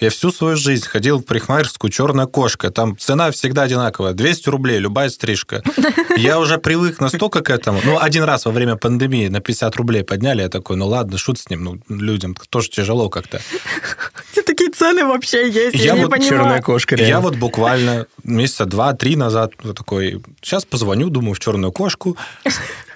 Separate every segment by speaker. Speaker 1: Я всю свою жизнь ходил в парикмахерскую «Черная кошка». Там цена всегда одинаковая. 200 рублей, любая стрижка. Я уже привык настолько к этому. Ну, один раз во время пандемии на 50 рублей подняли. Я такой, ну ладно, шут с ним. Ну, людям тоже тяжело как-то.
Speaker 2: Такие цены вообще есть,
Speaker 1: Я
Speaker 2: я, не
Speaker 1: вот
Speaker 2: понимаю.
Speaker 3: Черная кошка.
Speaker 1: Я
Speaker 3: реально.
Speaker 1: вот буквально месяца два-три назад вот такой, сейчас позвоню, думаю, в черную кошку.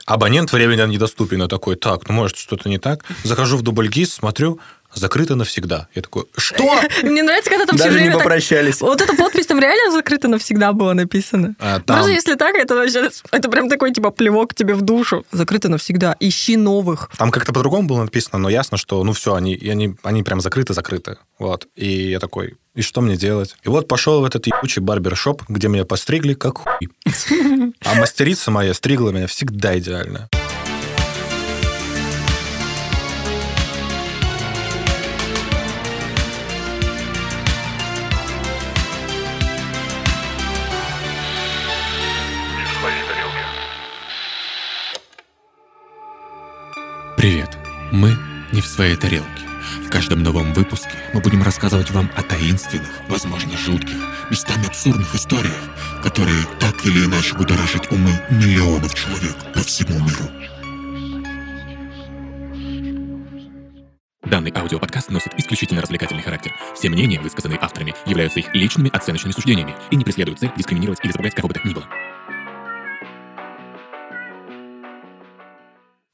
Speaker 1: Абонент временно недоступен. Я такой, так, ну может что-то не так. Захожу в дубльгиз, смотрю, закрыто навсегда. Я такой, что?
Speaker 2: Мне нравится, когда там все
Speaker 3: даже не
Speaker 2: время так-
Speaker 3: попрощались.
Speaker 2: Вот эта подпись там реально закрыта навсегда была написана.
Speaker 1: А, там-
Speaker 2: Даже если так, это вообще... Это прям такой, типа, плевок тебе в душу. Закрыто навсегда. Ищи новых.
Speaker 1: Там как-то по-другому было написано, но ясно, что ну все, они, и они, они прям закрыты-закрыты. Вот. И я такой, и что мне делать? И вот пошел в этот ебучий барбершоп, где меня постригли как хуй. А мастерица моя стригла меня всегда идеально.
Speaker 4: Привет! Мы не в своей тарелке. В каждом новом выпуске мы будем рассказывать вам о таинственных, возможно, жутких, местами абсурдных историях, которые так или иначе будоражат умы миллионов человек по всему миру. Данный аудиоподкаст носит исключительно развлекательный характер. Все мнения, высказанные авторами, являются их личными оценочными суждениями и не преследуют цель дискриминировать или запугать кого бы то ни было.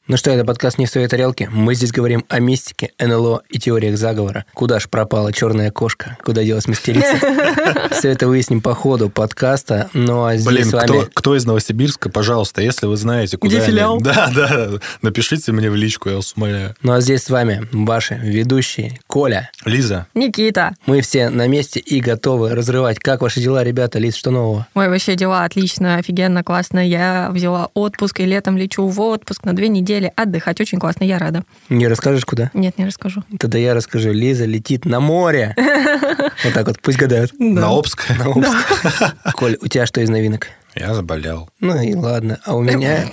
Speaker 3: Ну что, это подкаст «Не в своей тарелке». Мы здесь говорим о мистике, НЛО и теориях заговора. Куда ж пропала черная кошка? Куда делась мастерица? Все это выясним по ходу подкаста. Ну а здесь
Speaker 1: Блин,
Speaker 3: с вами...
Speaker 1: кто, кто из Новосибирска, пожалуйста, если вы знаете, куда
Speaker 2: Где
Speaker 1: они-
Speaker 2: филиал?
Speaker 1: Да, да, напишите мне в личку, я вас умоляю.
Speaker 3: Ну а здесь с вами ваши ведущие Коля.
Speaker 1: Лиза,
Speaker 2: Никита.
Speaker 3: Мы все на месте и готовы разрывать. Как ваши дела, ребята? Лиз, что нового?
Speaker 2: Ой, вообще дела отлично, офигенно, классно. Я взяла отпуск и летом лечу в отпуск на две недели отдыхать. Очень классно, я рада.
Speaker 3: Не расскажешь, куда?
Speaker 2: Нет, не расскажу.
Speaker 3: Тогда я расскажу. Лиза летит на море. Вот так вот, пусть гадают.
Speaker 1: на Обск.
Speaker 3: На Обск. Коль, у тебя что из новинок?
Speaker 1: Я заболел.
Speaker 3: Ну и ладно. А у меня...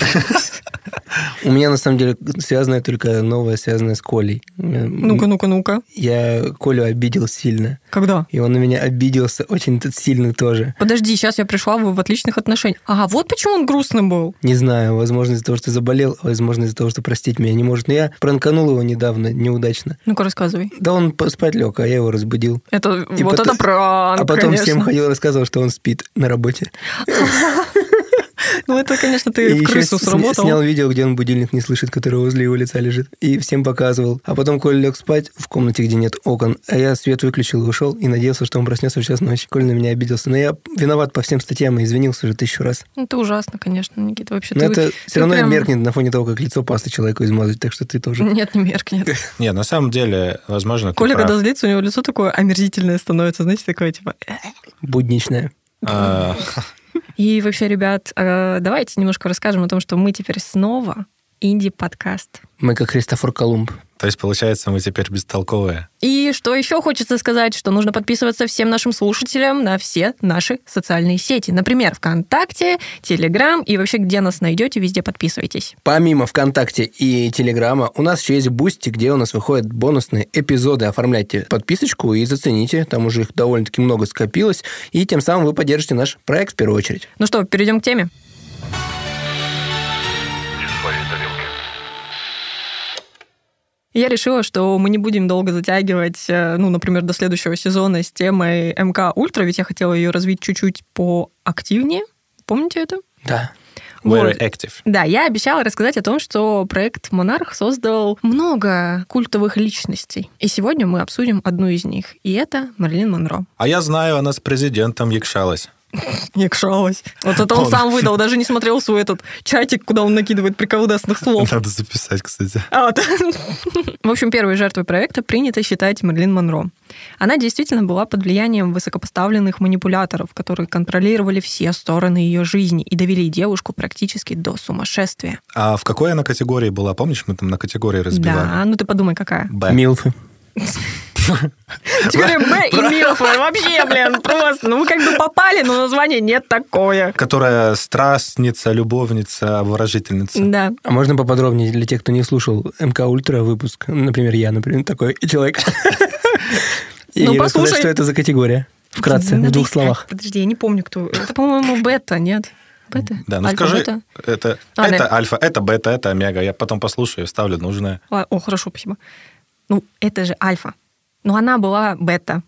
Speaker 3: У меня, на самом деле, связанная только новая, связанная с Колей.
Speaker 2: Ну-ка, ну-ка, ну-ка.
Speaker 3: Я Колю обидел сильно.
Speaker 2: Когда?
Speaker 3: И он на меня обиделся очень т- сильно тоже.
Speaker 2: Подожди, сейчас я пришла, вы в отличных отношениях. Ага, вот почему он грустным был.
Speaker 3: Не знаю, возможно, из-за того, что заболел, а возможно, из-за того, что простить меня не может. Но я пранканул его недавно, неудачно.
Speaker 2: Ну-ка, рассказывай.
Speaker 3: Да он по- спать лег, а я его разбудил.
Speaker 2: Это,
Speaker 3: И
Speaker 2: вот
Speaker 3: потом-
Speaker 2: это пранк,
Speaker 3: а потом
Speaker 2: конечно.
Speaker 3: всем ходил и рассказывал, что он спит на работе.
Speaker 2: Ну, это, конечно, ты
Speaker 3: и
Speaker 2: в
Speaker 3: еще
Speaker 2: крысу
Speaker 3: сня-
Speaker 2: сработал.
Speaker 3: снял видео, где он будильник не слышит, который возле его лица лежит. И всем показывал. А потом Коля лег спать в комнате, где нет окон. А я свет выключил и ушел. И надеялся, что он проснется в час ночи. Коля на меня обиделся. Но я виноват по всем статьям и извинился уже тысячу раз.
Speaker 2: Ну, это ужасно, конечно, Никита. Вообще,
Speaker 3: Но
Speaker 2: ты-
Speaker 3: это
Speaker 2: ты
Speaker 3: все равно
Speaker 2: прям-
Speaker 3: меркнет на фоне того, как лицо пасты человеку измазать. Так что ты тоже.
Speaker 2: Нет, не меркнет.
Speaker 1: Не, на самом деле, возможно, ты
Speaker 2: Коля,
Speaker 1: прав.
Speaker 2: когда злится, у него лицо такое омерзительное становится, знаете, такое, типа... «Э».
Speaker 3: Будничное.
Speaker 1: А,
Speaker 2: И вообще, ребят, э, давайте немножко расскажем о том, что мы теперь снова инди-подкаст.
Speaker 3: Мы как Христофор Колумб.
Speaker 1: То есть, получается, мы теперь бестолковые.
Speaker 2: И что еще хочется сказать, что нужно подписываться всем нашим слушателям на все наши социальные сети. Например, ВКонтакте, Телеграм и вообще, где нас найдете, везде подписывайтесь.
Speaker 3: Помимо ВКонтакте и Телеграма, у нас еще есть Бусти, где у нас выходят бонусные эпизоды. Оформляйте подписочку и зацените. Там уже их довольно-таки много скопилось. И тем самым вы поддержите наш проект в первую очередь.
Speaker 2: Ну что, перейдем к теме. Я решила, что мы не будем долго затягивать, э, ну, например, до следующего сезона с темой МК Ультра, ведь я хотела ее развить чуть-чуть поактивнее. Помните это?
Speaker 3: Да.
Speaker 1: Very
Speaker 2: Вот.
Speaker 1: active.
Speaker 2: Да, я обещала рассказать о том, что проект «Монарх» создал много культовых личностей. И сегодня мы обсудим одну из них, и это Марлин Монро.
Speaker 1: А я знаю, она с президентом якшалась.
Speaker 2: Я кшалась. Вот это он
Speaker 1: Он.
Speaker 2: сам выдал, даже не смотрел свой этот чатик, куда он накидывает приколдесных слов.
Speaker 1: Надо записать, кстати.
Speaker 2: А, да. В общем, первой жертвой проекта принято считать Мерлин Монро. Она действительно была под влиянием высокопоставленных манипуляторов, которые контролировали все стороны ее жизни и довели девушку практически до сумасшествия.
Speaker 1: А в какой она категории была? Помнишь, мы там на категории разбивали?
Speaker 2: Да, ну ты подумай, какая.
Speaker 1: Б.
Speaker 3: Милфы.
Speaker 2: Теперь Б и Милфы. Вообще, блин, просто. Ну, вы как бы попали, но название нет такое.
Speaker 1: Которая страстница, любовница, выражительница.
Speaker 2: Да.
Speaker 3: А можно поподробнее для тех, кто не слушал МК Ультра выпуск? Например, я, например, такой человек. И
Speaker 2: Ну,
Speaker 3: рассказать,
Speaker 2: послушай.
Speaker 3: что это за категория. Вкратце,
Speaker 2: Надо
Speaker 3: в двух
Speaker 2: искать.
Speaker 3: словах.
Speaker 2: Подожди, я не помню, кто. Это, по-моему, бета, нет? Бета?
Speaker 1: Да, ну
Speaker 2: Альфа,
Speaker 1: скажи,
Speaker 2: бета?
Speaker 1: это,
Speaker 2: Ладно.
Speaker 1: это альфа, это бета, это омега. Я потом послушаю, вставлю нужное.
Speaker 2: Ла- О, хорошо, спасибо. Ну, это же альфа. Но она была бета.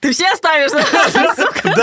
Speaker 2: Ты все оставишь? сука?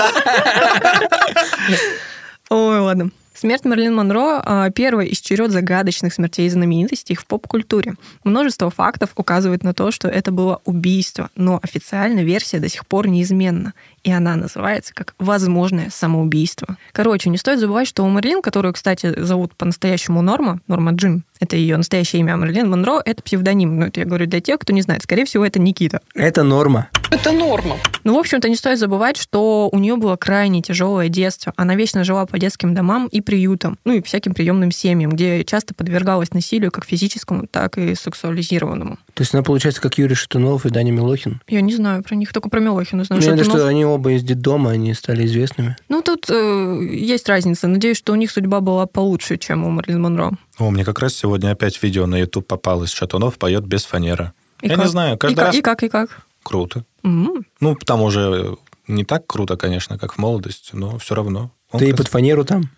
Speaker 2: Ой, ладно. Смерть Мерлин Монро а, первая из черед загадочных смертей знаменитостей в поп-культуре. Множество фактов указывает на то, что это было убийство, но официально версия до сих пор неизменна, и она называется как «возможное самоубийство». Короче, не стоит забывать, что у Мерлин, которую, кстати, зовут по-настоящему Норма, Норма Джим, это ее настоящее имя, а Мерлин Монро — это псевдоним. Ну, это я говорю для тех, кто не знает. Скорее всего, это Никита.
Speaker 3: Это норма.
Speaker 5: Это норма.
Speaker 2: Ну, в общем-то, не стоит забывать, что у нее было крайне тяжелое детство. Она вечно жила по детским домам и приютам, ну и всяким приемным семьям, где часто подвергалась насилию как физическому, так и сексуализированному.
Speaker 3: То есть она получается как Юрий Шатунов и Даня Милохин.
Speaker 2: Я не знаю про них, только про Милохину знаю.
Speaker 3: Ну,
Speaker 2: что
Speaker 3: это
Speaker 2: это, ну,
Speaker 3: что, они оба из детдома, они стали известными.
Speaker 2: Ну, тут э, есть разница. Надеюсь, что у них судьба была получше, чем у Марлин Монро.
Speaker 1: О, мне как раз сегодня опять видео на YouTube попалось. Шатунов поет без фанера.
Speaker 2: И
Speaker 1: я
Speaker 2: как?
Speaker 1: не знаю,
Speaker 2: И
Speaker 1: каждый
Speaker 2: как,
Speaker 1: раз
Speaker 2: и как, и как?
Speaker 1: круто.
Speaker 2: М.
Speaker 1: Ну, там уже не так круто, конечно, как в молодости, но все равно. Он
Speaker 3: Ты и
Speaker 1: крас-
Speaker 3: под фанеру там.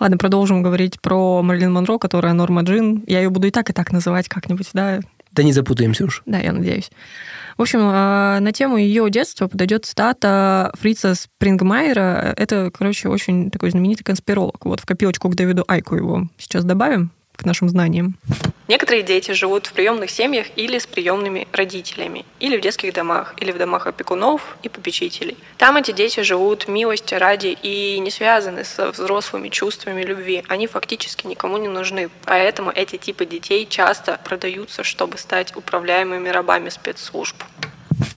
Speaker 2: Ладно, продолжим говорить про Марлин Монро, которая Норма Джин. Я ее буду и так, и так называть как-нибудь, да,
Speaker 3: Да не запутаемся уж.
Speaker 2: Да, я надеюсь. В общем, а, на тему ее детства подойдет цитата Фрица Спрингмайера. Это, короче, очень такой знаменитый конспиролог. Вот в копилочку к Дэвиду Айку его сейчас добавим к нашим знаниям. Некоторые дети живут в приемных семьях или с приемными родителями, или в детских домах, или в домах опекунов и попечителей. Там эти дети живут милости ради и не связаны со взрослыми чувствами любви. Они фактически никому не нужны, поэтому эти типы детей часто продаются, чтобы стать управляемыми рабами спецслужб.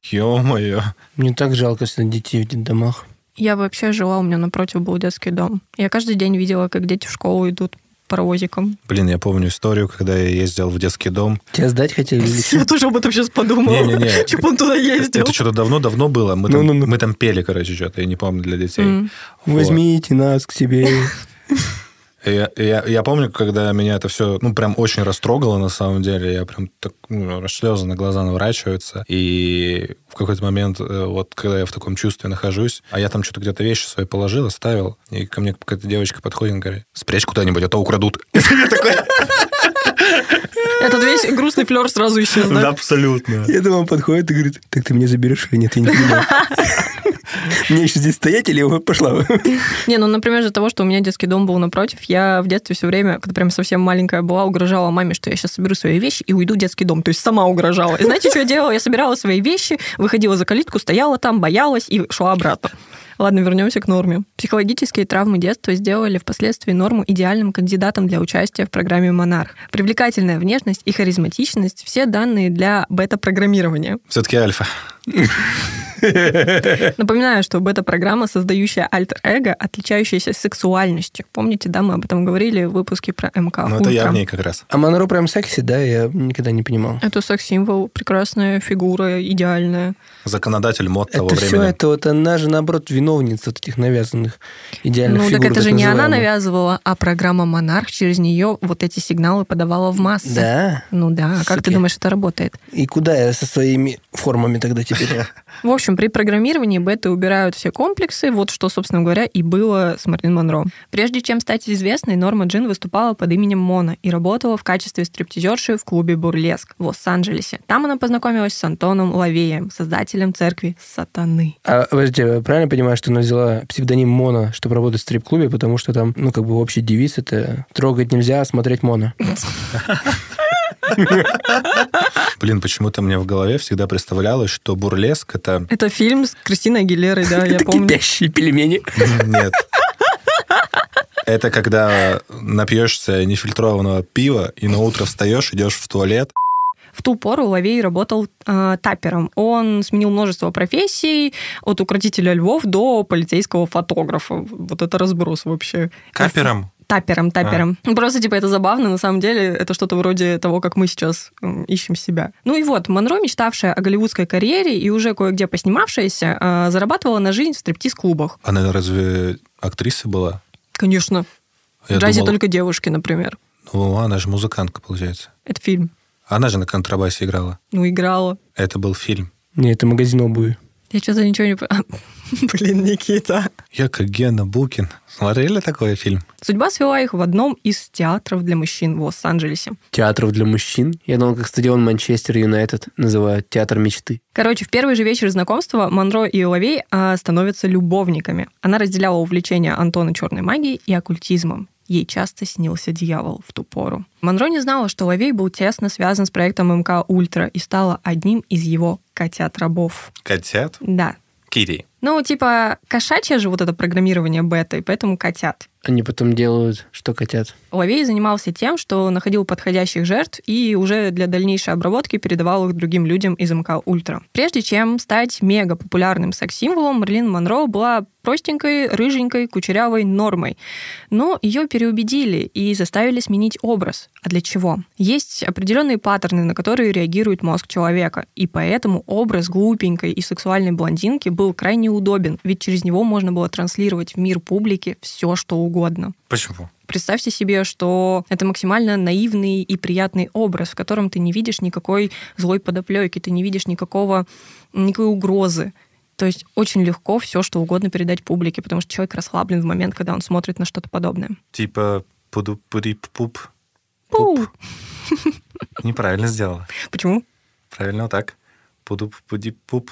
Speaker 1: Ё-моё.
Speaker 3: Мне так жалко всегда детей в детдомах.
Speaker 2: Я вообще жила, у меня напротив был детский дом. Я каждый день видела, как дети в школу идут паровозиком.
Speaker 1: Блин, я помню историю, когда я ездил в детский дом.
Speaker 3: Тебя сдать хотели? или чё?
Speaker 2: Я тоже об этом сейчас подумала.
Speaker 1: Не-не-не.
Speaker 2: Чего он туда ездил?
Speaker 1: Это что-то давно-давно было. Мы, там,
Speaker 3: Ну-ну-ну.
Speaker 1: мы там пели, короче, что-то, я не помню, для детей.
Speaker 2: М.
Speaker 1: Вот.
Speaker 3: Возьмите нас к себе.
Speaker 1: И Я, и я, я помню, когда меня это все, ну, прям очень растрогало, на самом деле. Я прям так, ну, аж слезы на глаза наворачиваются. И в какой-то момент, э, вот, когда я в таком чувстве нахожусь, а я там что-то где-то вещи свои положил, оставил, и ко мне какая-то девочка подходит и говорит, спрячь куда-нибудь, а то украдут. Я такой,
Speaker 2: Этот весь грустный флер сразу исчез, да?
Speaker 1: «Да, абсолютно.
Speaker 3: Я думал, он подходит и говорит, так ты меня заберешь или нет? Я не понимаю. Мне еще здесь стоять или я пошла?
Speaker 2: Не, ну, например, из-за того, что у меня детский дом был напротив, я в детстве все время, когда прям совсем маленькая была, угрожала маме, что я сейчас соберу свои вещи и уйду в детский дом. То есть сама угрожала. И знаете, что я делала? Я собирала свои вещи, выходила за калитку, стояла там, боялась и шла обратно. Ладно, вернемся к норме. Психологические травмы детства сделали впоследствии норму идеальным кандидатом для участия в программе «Монарх». Привлекательная внешность и харизматичность – все данные для бета-программирования.
Speaker 1: Все-таки альфа.
Speaker 2: Напоминаю, что бета-программа, создающая альтер-эго, отличающаяся сексуальностью. Помните, да, мы об этом говорили в выпуске про МК
Speaker 1: Ну, это я
Speaker 2: «Ультра».
Speaker 1: в ней как раз.
Speaker 3: А Монро прям секси, да? Я никогда не понимал.
Speaker 2: Это секс-символ, прекрасная фигура, идеальная.
Speaker 1: Законодатель мод того
Speaker 3: Это все,
Speaker 1: времени.
Speaker 3: это вот она же, наоборот, виновница вот этих навязанных идеальных
Speaker 2: ну,
Speaker 3: фигур.
Speaker 2: так это же не она
Speaker 3: называемых.
Speaker 2: навязывала, а программа «Монарх» через нее вот эти сигналы подавала в массы.
Speaker 3: Да?
Speaker 2: Ну да, а как ты
Speaker 3: Суки.
Speaker 2: думаешь, это работает?
Speaker 3: И куда я со своими формами тогда теперь?
Speaker 2: В общем, при программировании беты убирают все комплексы, вот что, собственно говоря, и было с Марлин Монро. Прежде чем стать известной, Норма Джин выступала под именем Мона и работала в качестве стриптизерши в клубе «Бурлеск» в Лос-Анджелесе. Там она познакомилась с Антоном Лавеем, создателем церкви «Сатаны».
Speaker 3: А, подожди, я правильно понимаю, что она взяла псевдоним Мона, чтобы работать в стрип-клубе, потому что там, ну, как бы общий девиз это «трогать нельзя, а смотреть Мона».
Speaker 1: Блин, почему-то мне в голове всегда представлялось, что бурлеск — это...
Speaker 2: Это фильм с Кристиной Агилерой, да, я
Speaker 3: Это
Speaker 2: помню.
Speaker 3: кипящие пельмени.
Speaker 1: Нет. Это когда напьешься нефильтрованного пива и на утро встаешь, идешь в туалет.
Speaker 2: В ту пору Лавей работал э, тапером. Он сменил множество профессий, от укротителя львов до полицейского фотографа. Вот это разброс вообще.
Speaker 1: Капером? А.
Speaker 2: Тапером, тапером. Ну, Просто, типа, это забавно, на самом деле, это что-то вроде того, как мы сейчас м, ищем себя. Ну и вот, Монро, мечтавшая о голливудской карьере и уже кое-где поснимавшаяся, а, зарабатывала на жизнь в стриптиз-клубах.
Speaker 1: Она разве актриса была?
Speaker 2: Конечно.
Speaker 1: Я
Speaker 2: в джазе
Speaker 1: думал,
Speaker 2: только девушки, например.
Speaker 1: Ну, она же музыкантка, получается.
Speaker 2: Это фильм.
Speaker 1: Она же на контрабасе играла.
Speaker 2: Ну, играла.
Speaker 1: Это был фильм.
Speaker 3: Не, это магазин обуви.
Speaker 2: Я что-то ничего не... пон- Блин, Никита.
Speaker 1: Я как Гена Букин. Смотрели такой фильм?
Speaker 2: Судьба свела их в одном из театров для мужчин в Лос-Анджелесе.
Speaker 3: Театров для мужчин. Я думал, как стадион Манчестер Юнайтед называют театр мечты.
Speaker 2: Короче, в первый же вечер знакомства Монро и Лавей а, становятся любовниками. Она разделяла увлечение Антона черной магией и оккультизмом. Ей часто снился дьявол в ту пору. Монро не знала, что Лавей был тесно связан с проектом МК «Ультра» и стала одним из его котят-рабов.
Speaker 1: Котят?
Speaker 2: Да.
Speaker 1: Кири.
Speaker 2: Ну, типа, кошачье же вот это программирование бета, и поэтому котят.
Speaker 3: Они потом делают, что хотят.
Speaker 2: Лавей занимался тем, что находил подходящих жертв и уже для дальнейшей обработки передавал их другим людям из МК «Ультра». Прежде чем стать мега популярным секс-символом, Мерлин Монро была простенькой, рыженькой, кучерявой нормой. Но ее переубедили и заставили сменить образ. А для чего? Есть определенные паттерны, на которые реагирует мозг человека, и поэтому образ глупенькой и сексуальной блондинки был крайне удобен, ведь через него можно было транслировать в мир публики все, что угодно.
Speaker 1: Почему?
Speaker 2: Представьте себе, что это максимально наивный и приятный образ, в котором ты не видишь никакой злой подоплеки, ты не видишь никакого, никакой угрозы. То есть очень легко все, что угодно передать публике, потому что человек расслаблен в момент, когда он смотрит на что-то подобное.
Speaker 1: Типа пуду пуп
Speaker 2: Пу!
Speaker 1: Неправильно сделала.
Speaker 2: Почему?
Speaker 1: Правильно вот так. пуду пуди пуп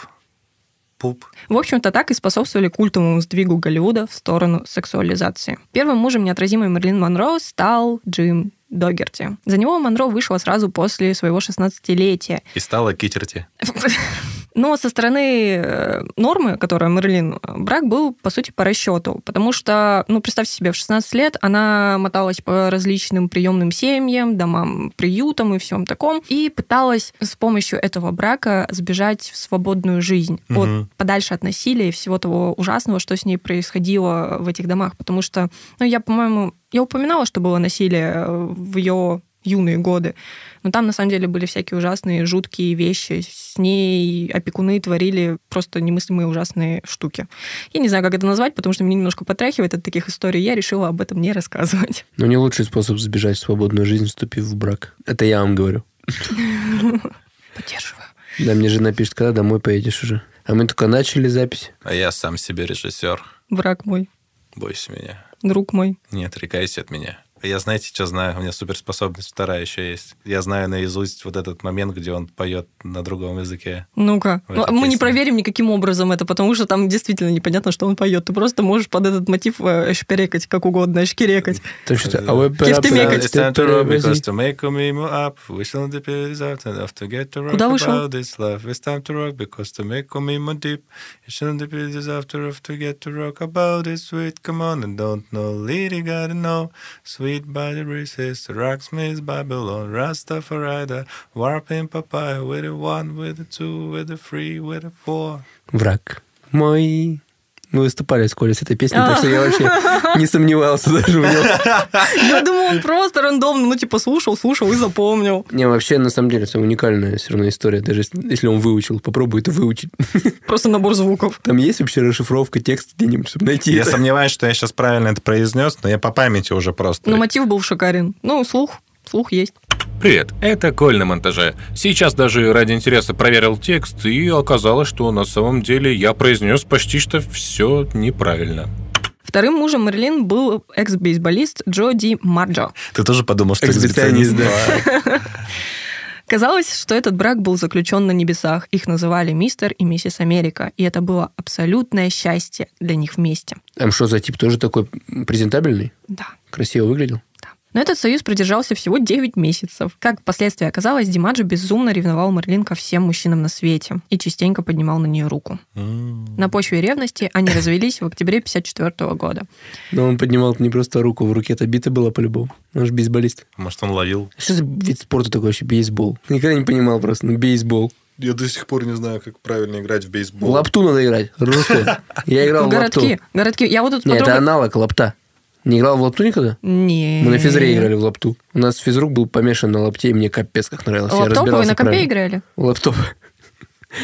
Speaker 1: пуп
Speaker 2: В общем-то, так и способствовали культовому сдвигу Голливуда в сторону сексуализации. Первым мужем неотразимой Мерлин Монро стал Джим Догерти. За него Монро вышла сразу после своего 16-летия,
Speaker 1: И стала Китерти.
Speaker 2: Но со стороны э, нормы, которая Мерлин, брак был, по сути, по расчету. Потому что, ну, представьте себе, в 16 лет она моталась по различным приемным семьям, домам, приютам и всем таком, и пыталась с помощью этого брака сбежать в свободную жизнь,
Speaker 1: Мгм.
Speaker 2: от, подальше от насилия и всего того ужасного, что с ней происходило в этих домах. Потому что, ну, я, по-моему, я упоминала, что было насилие э, в ее юные годы. Но там, на самом деле, были всякие ужасные, жуткие вещи. С ней опекуны творили просто немыслимые ужасные штуки. Я не знаю, как это назвать, потому что меня немножко потряхивает от таких историй. Я решила об этом не рассказывать.
Speaker 3: Но не лучший способ сбежать в свободную жизнь, вступив в брак. Это я вам говорю.
Speaker 2: Поддерживаю.
Speaker 3: Да, мне жена пишет, когда домой поедешь уже. А мы только начали запись.
Speaker 1: А я сам себе режиссер.
Speaker 2: Враг мой,
Speaker 1: Бойся меня.
Speaker 2: друг мой.
Speaker 1: Не отрекайся от меня. Я знаете, что знаю? У меня суперспособность вторая еще есть. Я знаю наизусть вот этот момент, где он поет на другом языке.
Speaker 2: Ну-ка.
Speaker 1: В
Speaker 2: Ну,
Speaker 1: этой
Speaker 2: мы не
Speaker 1: песне.
Speaker 2: проверим никаким образом это, потому что там действительно непонятно, что он поет. Ты просто можешь под этот мотив э, шпирекать как угодно, шкирекать.
Speaker 3: То что
Speaker 1: Э,
Speaker 3: а вы пора-
Speaker 2: Кифтемекать.
Speaker 1: It's time to rock because
Speaker 3: пора-
Speaker 1: to make a memo up. We shall not be without enough to get to rock
Speaker 2: Куда вышел?
Speaker 1: about this life. It's time to rock because to make a memo deep. You shouldn't be disaster of to get to rock about this sweet. Come on and don't know. Lady gotta know. Sweet by the breezes. Rocksmith Babylon. Rastafari. Warping papaya. With a one, with a two, with a three, with a four.
Speaker 3: Враг мой. Мы выступали вскоре с этой песней,
Speaker 2: А.
Speaker 3: так что я вообще не сомневался даже в нем.
Speaker 2: Я думаю, он просто рандомно, ну, типа, слушал, слушал и запомнил.
Speaker 3: Не, вообще, на самом деле, это уникальная все равно история. Даже если- если он выучил, попробуй это выучить.
Speaker 2: Просто набор звуков.
Speaker 3: Там есть вообще расшифровка текста где-нибудь, чтобы найти
Speaker 1: Я
Speaker 3: это?
Speaker 1: сомневаюсь, что я сейчас правильно это произнес, но я по памяти уже просто.
Speaker 2: Но мотив был шикарен. Ну, слух, слух есть.
Speaker 5: Привет, это Коль на монтаже. Сейчас даже ради интереса проверил текст, и оказалось, что на самом деле я произнес почти что все неправильно.
Speaker 2: Вторым мужем Мерлин был экс-бейсболист Джо Ди Марджо.
Speaker 1: Ты тоже подумал, что
Speaker 3: Эксбиционист,
Speaker 1: эксбиционист?
Speaker 2: Казалось, что этот брак был заключен на небесах. Их называли мистер и миссис Америка. И это было абсолютное счастье для них вместе.
Speaker 3: Там что за тип тоже такой презентабельный?
Speaker 2: Да.
Speaker 3: Красиво выглядел?
Speaker 2: Да. Но этот союз продержался всего 9 месяцев. Как впоследствии оказалось, Димаджо безумно ревновал Мерлин ко всем мужчинам на свете и частенько поднимал на нее руку. На почве ревности они развелись в октябре 1954 года.
Speaker 3: Но он поднимал не просто руку, в руке-то бита была по-любому. Он же бейсболист.
Speaker 1: А Может, он ловил
Speaker 3: Что за вид спорта такой вообще? Бейсбол. Никогда не понимал просто. Ну, бейсбол.
Speaker 1: Я до сих пор не знаю, как правильно играть в
Speaker 3: В
Speaker 1: бейсбол.
Speaker 3: лапту надо играть. Русская. Я играл
Speaker 2: Ну,
Speaker 3: в лапту.
Speaker 2: городки, городки. Я вот тут
Speaker 3: Не, это
Speaker 2: подруга-
Speaker 3: аналог лапта. Не играл в лапту никогда?
Speaker 2: Не.
Speaker 3: Мы на физре играли в лапту. У нас физрук был помешан на лапте, и мне капец как нравилось. Я
Speaker 2: Лаптоп вы
Speaker 3: разбирался
Speaker 2: на компе
Speaker 3: правильно.
Speaker 2: играли?
Speaker 3: Лаптоп.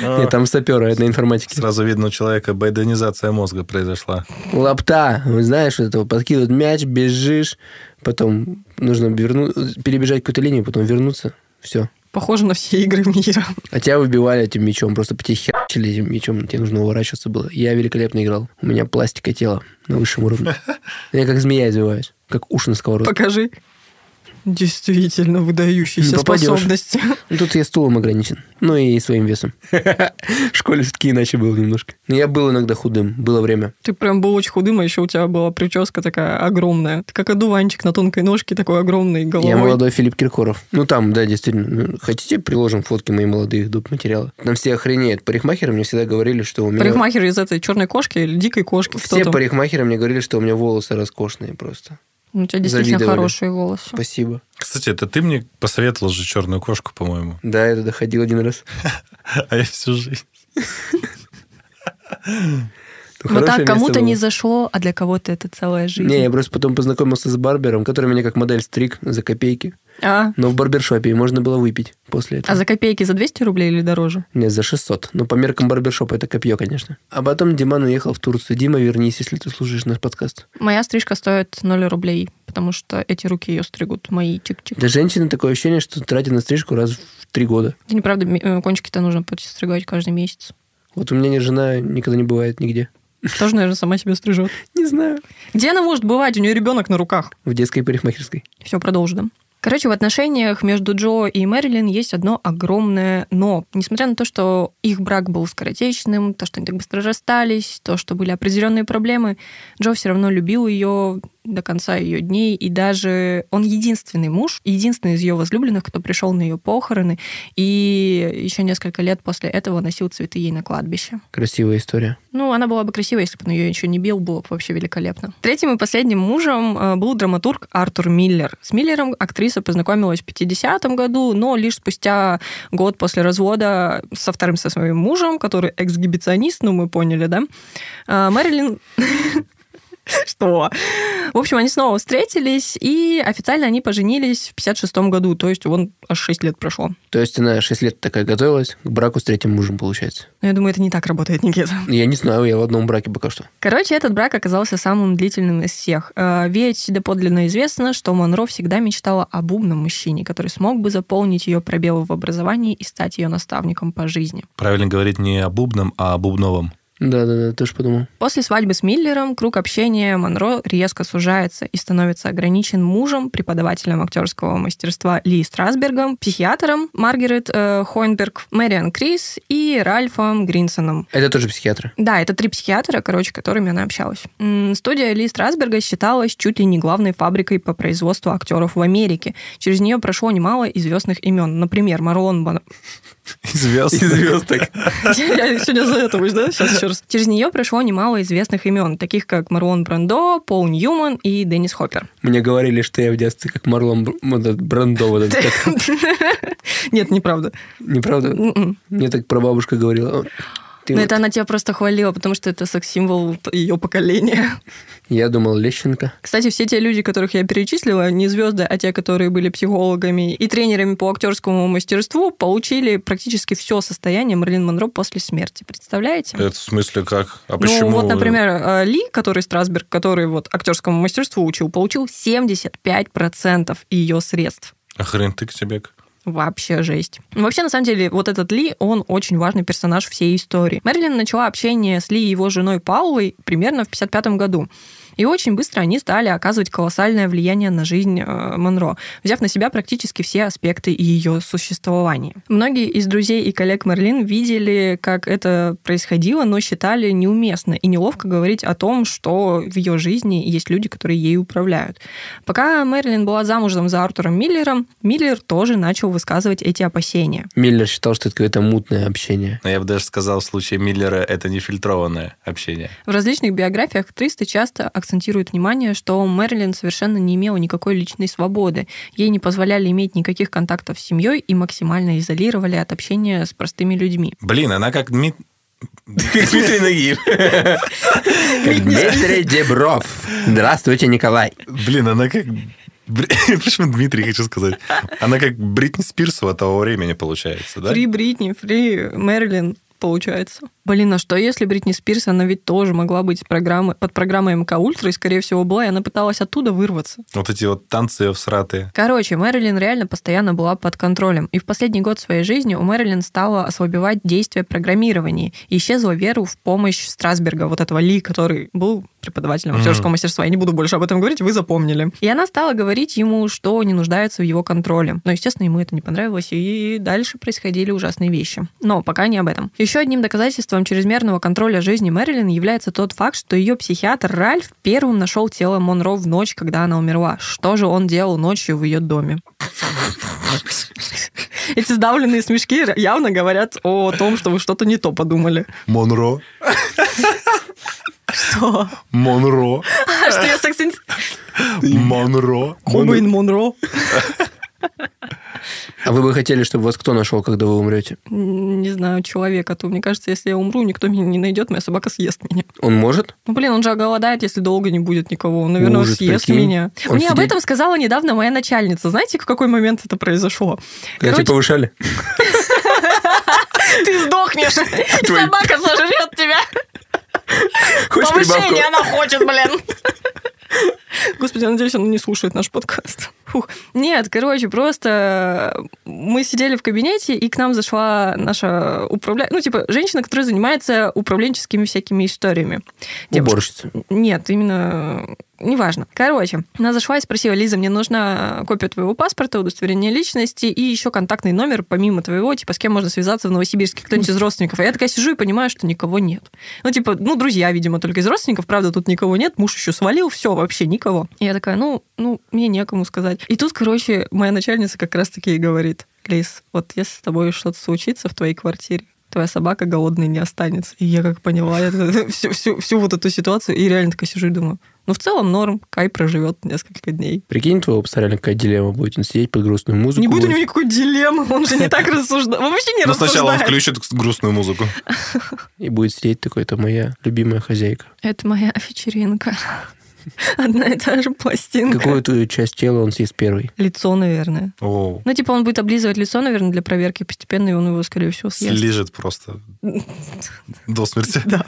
Speaker 1: А,
Speaker 3: Нет, там саперы, это на информатике.
Speaker 1: Сразу видно, у человека байденизация мозга произошла.
Speaker 3: Лапта. Вы знаешь, вот этого подкидывают мяч, бежишь, потом нужно верну... перебежать какую-то линию, потом вернуться. Все.
Speaker 2: Похоже на все игры мира.
Speaker 3: А тебя выбивали этим мечом, просто по тебе херчили этим мечом, тебе нужно уворачиваться было. Я великолепно играл. У меня пластика тела на высшем уровне. Я как змея извиваюсь, как уши на сковородке.
Speaker 2: Покажи. Действительно выдающиеся
Speaker 3: Не попадешь.
Speaker 2: способности.
Speaker 3: Ну, Тут я стулом ограничен. Ну и своим весом. В школе все-таки иначе было немножко. Но я был иногда худым, было время.
Speaker 2: Ты прям был очень худым, а еще у тебя была прическа такая огромная. Ты как одуванчик на тонкой ножке, такой огромной головой.
Speaker 3: Я молодой Филипп Киркоров. Ну там, да, действительно. Ну, Хотите, приложим фотки мои молодых доп. материала? Там все охренеют. Парикмахеры мне всегда говорили, что у меня...
Speaker 2: Парикмахер из этой черной кошки или дикой кошки. кто
Speaker 3: Ну, Все
Speaker 2: там?
Speaker 3: парикмахеры мне говорили, что у меня волосы роскошные просто.
Speaker 2: Ну, У тебя действительно
Speaker 3: завидовали.
Speaker 2: хорошие волосы.
Speaker 3: Спасибо.
Speaker 1: Кстати, это ты мне посоветовал же черную кошку, по-моему.
Speaker 3: Да, я туда ходил один раз.
Speaker 1: А я всю жизнь.
Speaker 3: Ну,
Speaker 2: Но
Speaker 3: хорошее
Speaker 2: так
Speaker 3: место
Speaker 2: кому-то
Speaker 3: было.
Speaker 2: не зашло, а для кого-то это целая жизнь.
Speaker 3: Не, я просто потом познакомился с барбером, который меня как модель стриг за копейки.
Speaker 2: А?
Speaker 3: Но в барбершопе можно было выпить после этого.
Speaker 2: А за копейки за 200 рублей или дороже?
Speaker 3: Нет, за 600. Но по меркам барбершопа это копье, конечно. А потом Диман уехал в Турцию. Дима, вернись, если ты слушаешь наш подкаст.
Speaker 2: Моя стрижка стоит 0 рублей, потому что эти руки ее стригут, мои чик-чик.
Speaker 3: Для женщины такое ощущение, что тратит на стрижку раз в три года.
Speaker 2: Да неправда, ми- э, кончики-то нужно подстригать каждый месяц.
Speaker 3: Вот у меня ни жена никогда не бывает нигде.
Speaker 2: Тоже, наверное, сама себя стрижет.
Speaker 3: Не знаю.
Speaker 2: Где она может бывать? У нее ребенок на руках.
Speaker 3: В детской парикмахерской.
Speaker 2: Все, продолжим. Короче, в отношениях между Джо и Мэрилин есть одно огромное «но». Несмотря на то, что их брак был скоротечным, то, что они так быстро расстались, то, что были определенные проблемы, Джо все равно любил ее до конца ее дней, и даже он единственный муж, единственный из ее возлюбленных, кто пришел на ее похороны, и еще несколько лет после этого носил цветы ей на кладбище.
Speaker 3: Красивая история.
Speaker 2: Ну, она была бы красивая, если бы он ее еще не бил, было бы вообще великолепно. Третьим и последним мужем э, был драматург Артур Миллер. С Миллером актриса познакомилась в 50-м году, но лишь спустя год после развода со вторым со своим мужем, который эксгибиционист, ну, мы поняли, да? Э, Мэрилин... Что? В общем, они снова встретились, и официально они поженились в 56-м году, то есть вон аж 6 лет прошло.
Speaker 3: То есть она 6 лет такая готовилась к браку с третьим мужем, получается.
Speaker 2: Но я думаю, это не так работает, Никита.
Speaker 3: Я не знаю, я в одном браке пока что.
Speaker 2: Короче, этот брак оказался самым длительным из всех. Э, Ведь доподлинно известно, что Монро всегда мечтала об умном мужчине, который смог бы заполнить ее пробелы в образовании и стать ее наставником по жизни.
Speaker 1: Правильно говорить не о бубном, а о бубновом.
Speaker 3: Да-да-да, тоже подумал.
Speaker 2: После свадьбы с Миллером круг общения Монро резко сужается и становится ограничен мужем, преподавателем актерского мастерства Ли Страсбергом, психиатром Маргарет э, Хойнберг, Мэриан Крис и Ральфом Гринсоном.
Speaker 3: Это тоже психиатры.
Speaker 2: Да, это три психиатра, короче, которыми она общалась. М, Студия Ли Страсберга считалась чуть ли не главной фабрикой по производству актеров в Америке. Через нее прошло немало известных имен. Например, Марлон Бан...
Speaker 1: Известно.
Speaker 2: Я сегодня за это будешь, да? Сейчас еще раз. Через нее прошло немало известных имен, таких как Марлон Брандо, Пол Ньюман и Деннис Хоппер.
Speaker 3: Мне говорили, что я в детстве как Марлон Бр- вот этот Брандо. вот этот, как-
Speaker 2: Нет, неправда.
Speaker 3: Неправда?
Speaker 2: М-м.
Speaker 3: Мне так прабабушка говорила. «О,
Speaker 2: Но
Speaker 3: ты вот».
Speaker 2: Ну, это она тебя просто хвалила, потому что это секс-символ ее поколения.
Speaker 3: Я думал, Лещенко.
Speaker 2: Кстати, все те люди, которых я перечислила, не звезды, а те, которые были психологами и тренерами по актерскому мастерству, получили практически все состояние Мерлин Монро после смерти. Представляете?
Speaker 5: Э,
Speaker 1: Это в смысле как? А
Speaker 2: Ну,
Speaker 1: почему?
Speaker 2: вот, например, э, Ли, который Страсберг, который вот актерскому мастерству учил, получил 75% ее средств.
Speaker 1: А хрен ты к тебе.
Speaker 2: Вообще жесть. Ну, Вообще, на самом деле, вот этот Ли, он очень важный персонаж всей истории. Мэрилин начала общение с Ли и его женой Паулой примерно в 55 году. И очень быстро они стали оказывать колоссальное влияние на жизнь э, Монро, взяв на себя практически все аспекты ее существования. Многие из друзей и коллег Мерлин видели, как это происходило, но считали неуместно и неловко говорить о том, что в ее жизни есть люди, которые ей управляют. Пока Мэрилин была замужем за Артуром Миллером, Миллер тоже начал высказывать эти опасения.
Speaker 3: Миллер считал, что это какое-то мутное общение.
Speaker 1: Но я бы даже сказал, в случае Миллера это нефильтрованное общение.
Speaker 2: В различных биографиях актрисы часто акцентируют внимание, что Мэрилин совершенно не имела никакой личной свободы. Ей не позволяли иметь никаких контактов с семьей и максимально изолировали от общения с простыми людьми.
Speaker 1: Блин, она как... Дмит-
Speaker 3: Дмитрий Нагиев. Дмитрий Дебров. Здравствуйте, Николай.
Speaker 1: Блин, она как... Бри- Почему Дмитрий, хочу сказать? Она как Бритни Спирсова того времени, получается, да?
Speaker 2: Фри Бритни, фри Мэрилин. получается. Блин, а что если Бритни Спирс, она ведь тоже могла быть программы, под программой МК Ультра, и, скорее всего, была, и она пыталась оттуда вырваться.
Speaker 1: Вот эти вот танцы всратые.
Speaker 2: Короче, Мэрилин реально постоянно была под контролем. И в последний год своей жизни у Мэрилин стало ослабевать действие программирования. И исчезла веру в помощь Страсберга, вот этого Ли, который был преподавателем
Speaker 1: Мгм.
Speaker 2: актерского мастерства. Я не буду больше об этом говорить, вы запомнили. И она стала говорить ему, что не нуждается в его контроле. Но, естественно, ему это не понравилось, и дальше происходили ужасные вещи. Но пока не об этом. Еще одним доказательством чрезмерного контроля жизни Мэрилин является тот факт, что ее психиатр Ральф первым нашел тело Монро в ночь, когда она умерла. Что же он делал ночью в ее доме? Эти сдавленные смешки явно говорят о том, что вы что-то не то подумали.
Speaker 1: Монро.
Speaker 2: Что? А
Speaker 1: Монро.
Speaker 2: Что я секс
Speaker 1: Монро.
Speaker 2: Кобейн Монро?
Speaker 3: А вы бы хотели, чтобы вас кто нашел, когда вы умрете?
Speaker 2: М, Не знаю, человека, то мне кажется, если я умру, никто меня не найдет, моя собака съест меня.
Speaker 3: Он может?
Speaker 2: Ну, блин, он же оголодает, если долго не будет никого. Он, наверное,
Speaker 3: Ужас,
Speaker 2: съест
Speaker 3: прикинь.
Speaker 2: меня.
Speaker 3: Он
Speaker 2: Мне об
Speaker 3: сидит-
Speaker 2: этом сказала недавно моя начальница. Знаете, в какой момент это произошло?
Speaker 3: Когда тебя
Speaker 2: Короче,
Speaker 3: повышали?
Speaker 2: ты сдохнешь, и
Speaker 3: Твой-
Speaker 2: собака сожрет тебя.
Speaker 3: Хочешь прибавку?
Speaker 2: Повышение она хочет, блин. Господи, я надеюсь, она не слушает наш подкаст. Фух. Нет, короче, просто э, мы сидели в кабинете, и к нам зашла наша управля... Ну, типа, женщина, которая занимается управленческими всякими историями. Девушка.
Speaker 3: Уборщица.
Speaker 2: Нет, именно э, неважно. Короче, она зашла и спросила, Лиза, мне нужна копия твоего паспорта, удостоверение личности и еще контактный номер, помимо твоего, типа, с кем можно связаться в Новосибирске, кто-нибудь из родственников. А я такая сижу и понимаю, что никого нет. Ну, типа, ну, друзья, видимо, только из родственников, правда, тут никого нет, муж еще свалил, все, вообще никого. И я такая, ну, ну, мне некому сказать. И тут, короче, моя начальница как раз-таки и говорит, Лиз, вот если с тобой что-то случится в твоей квартире, твоя собака голодной не останется. И я как поняла я всю, всю- всю вот эту ситуацию, и реально такая сижу и думаю, ну, в целом норм, Кай проживет несколько дней.
Speaker 3: Прикинь, твоего пса реально какая дилемма будет. Он сидеть под грустную музыку.
Speaker 2: Не будет у
Speaker 3: вот.
Speaker 2: него никакой дилеммы, он же не так рассуждает. Он вообще не
Speaker 1: Но сначала он
Speaker 2: рассуждает.
Speaker 1: включит грустную музыку.
Speaker 3: И будет сидеть такой, это моя любимая хозяйка.
Speaker 2: Это моя вечеринка. Одна и та же пластинка.
Speaker 3: Какую-то часть тела он съест первый?
Speaker 2: Лицо, наверное.
Speaker 1: О,
Speaker 2: Ну, типа, он будет облизывать лицо, наверное, для проверки постепенно, и он его, скорее всего, съест.
Speaker 1: слижет просто до смерти.
Speaker 2: Да.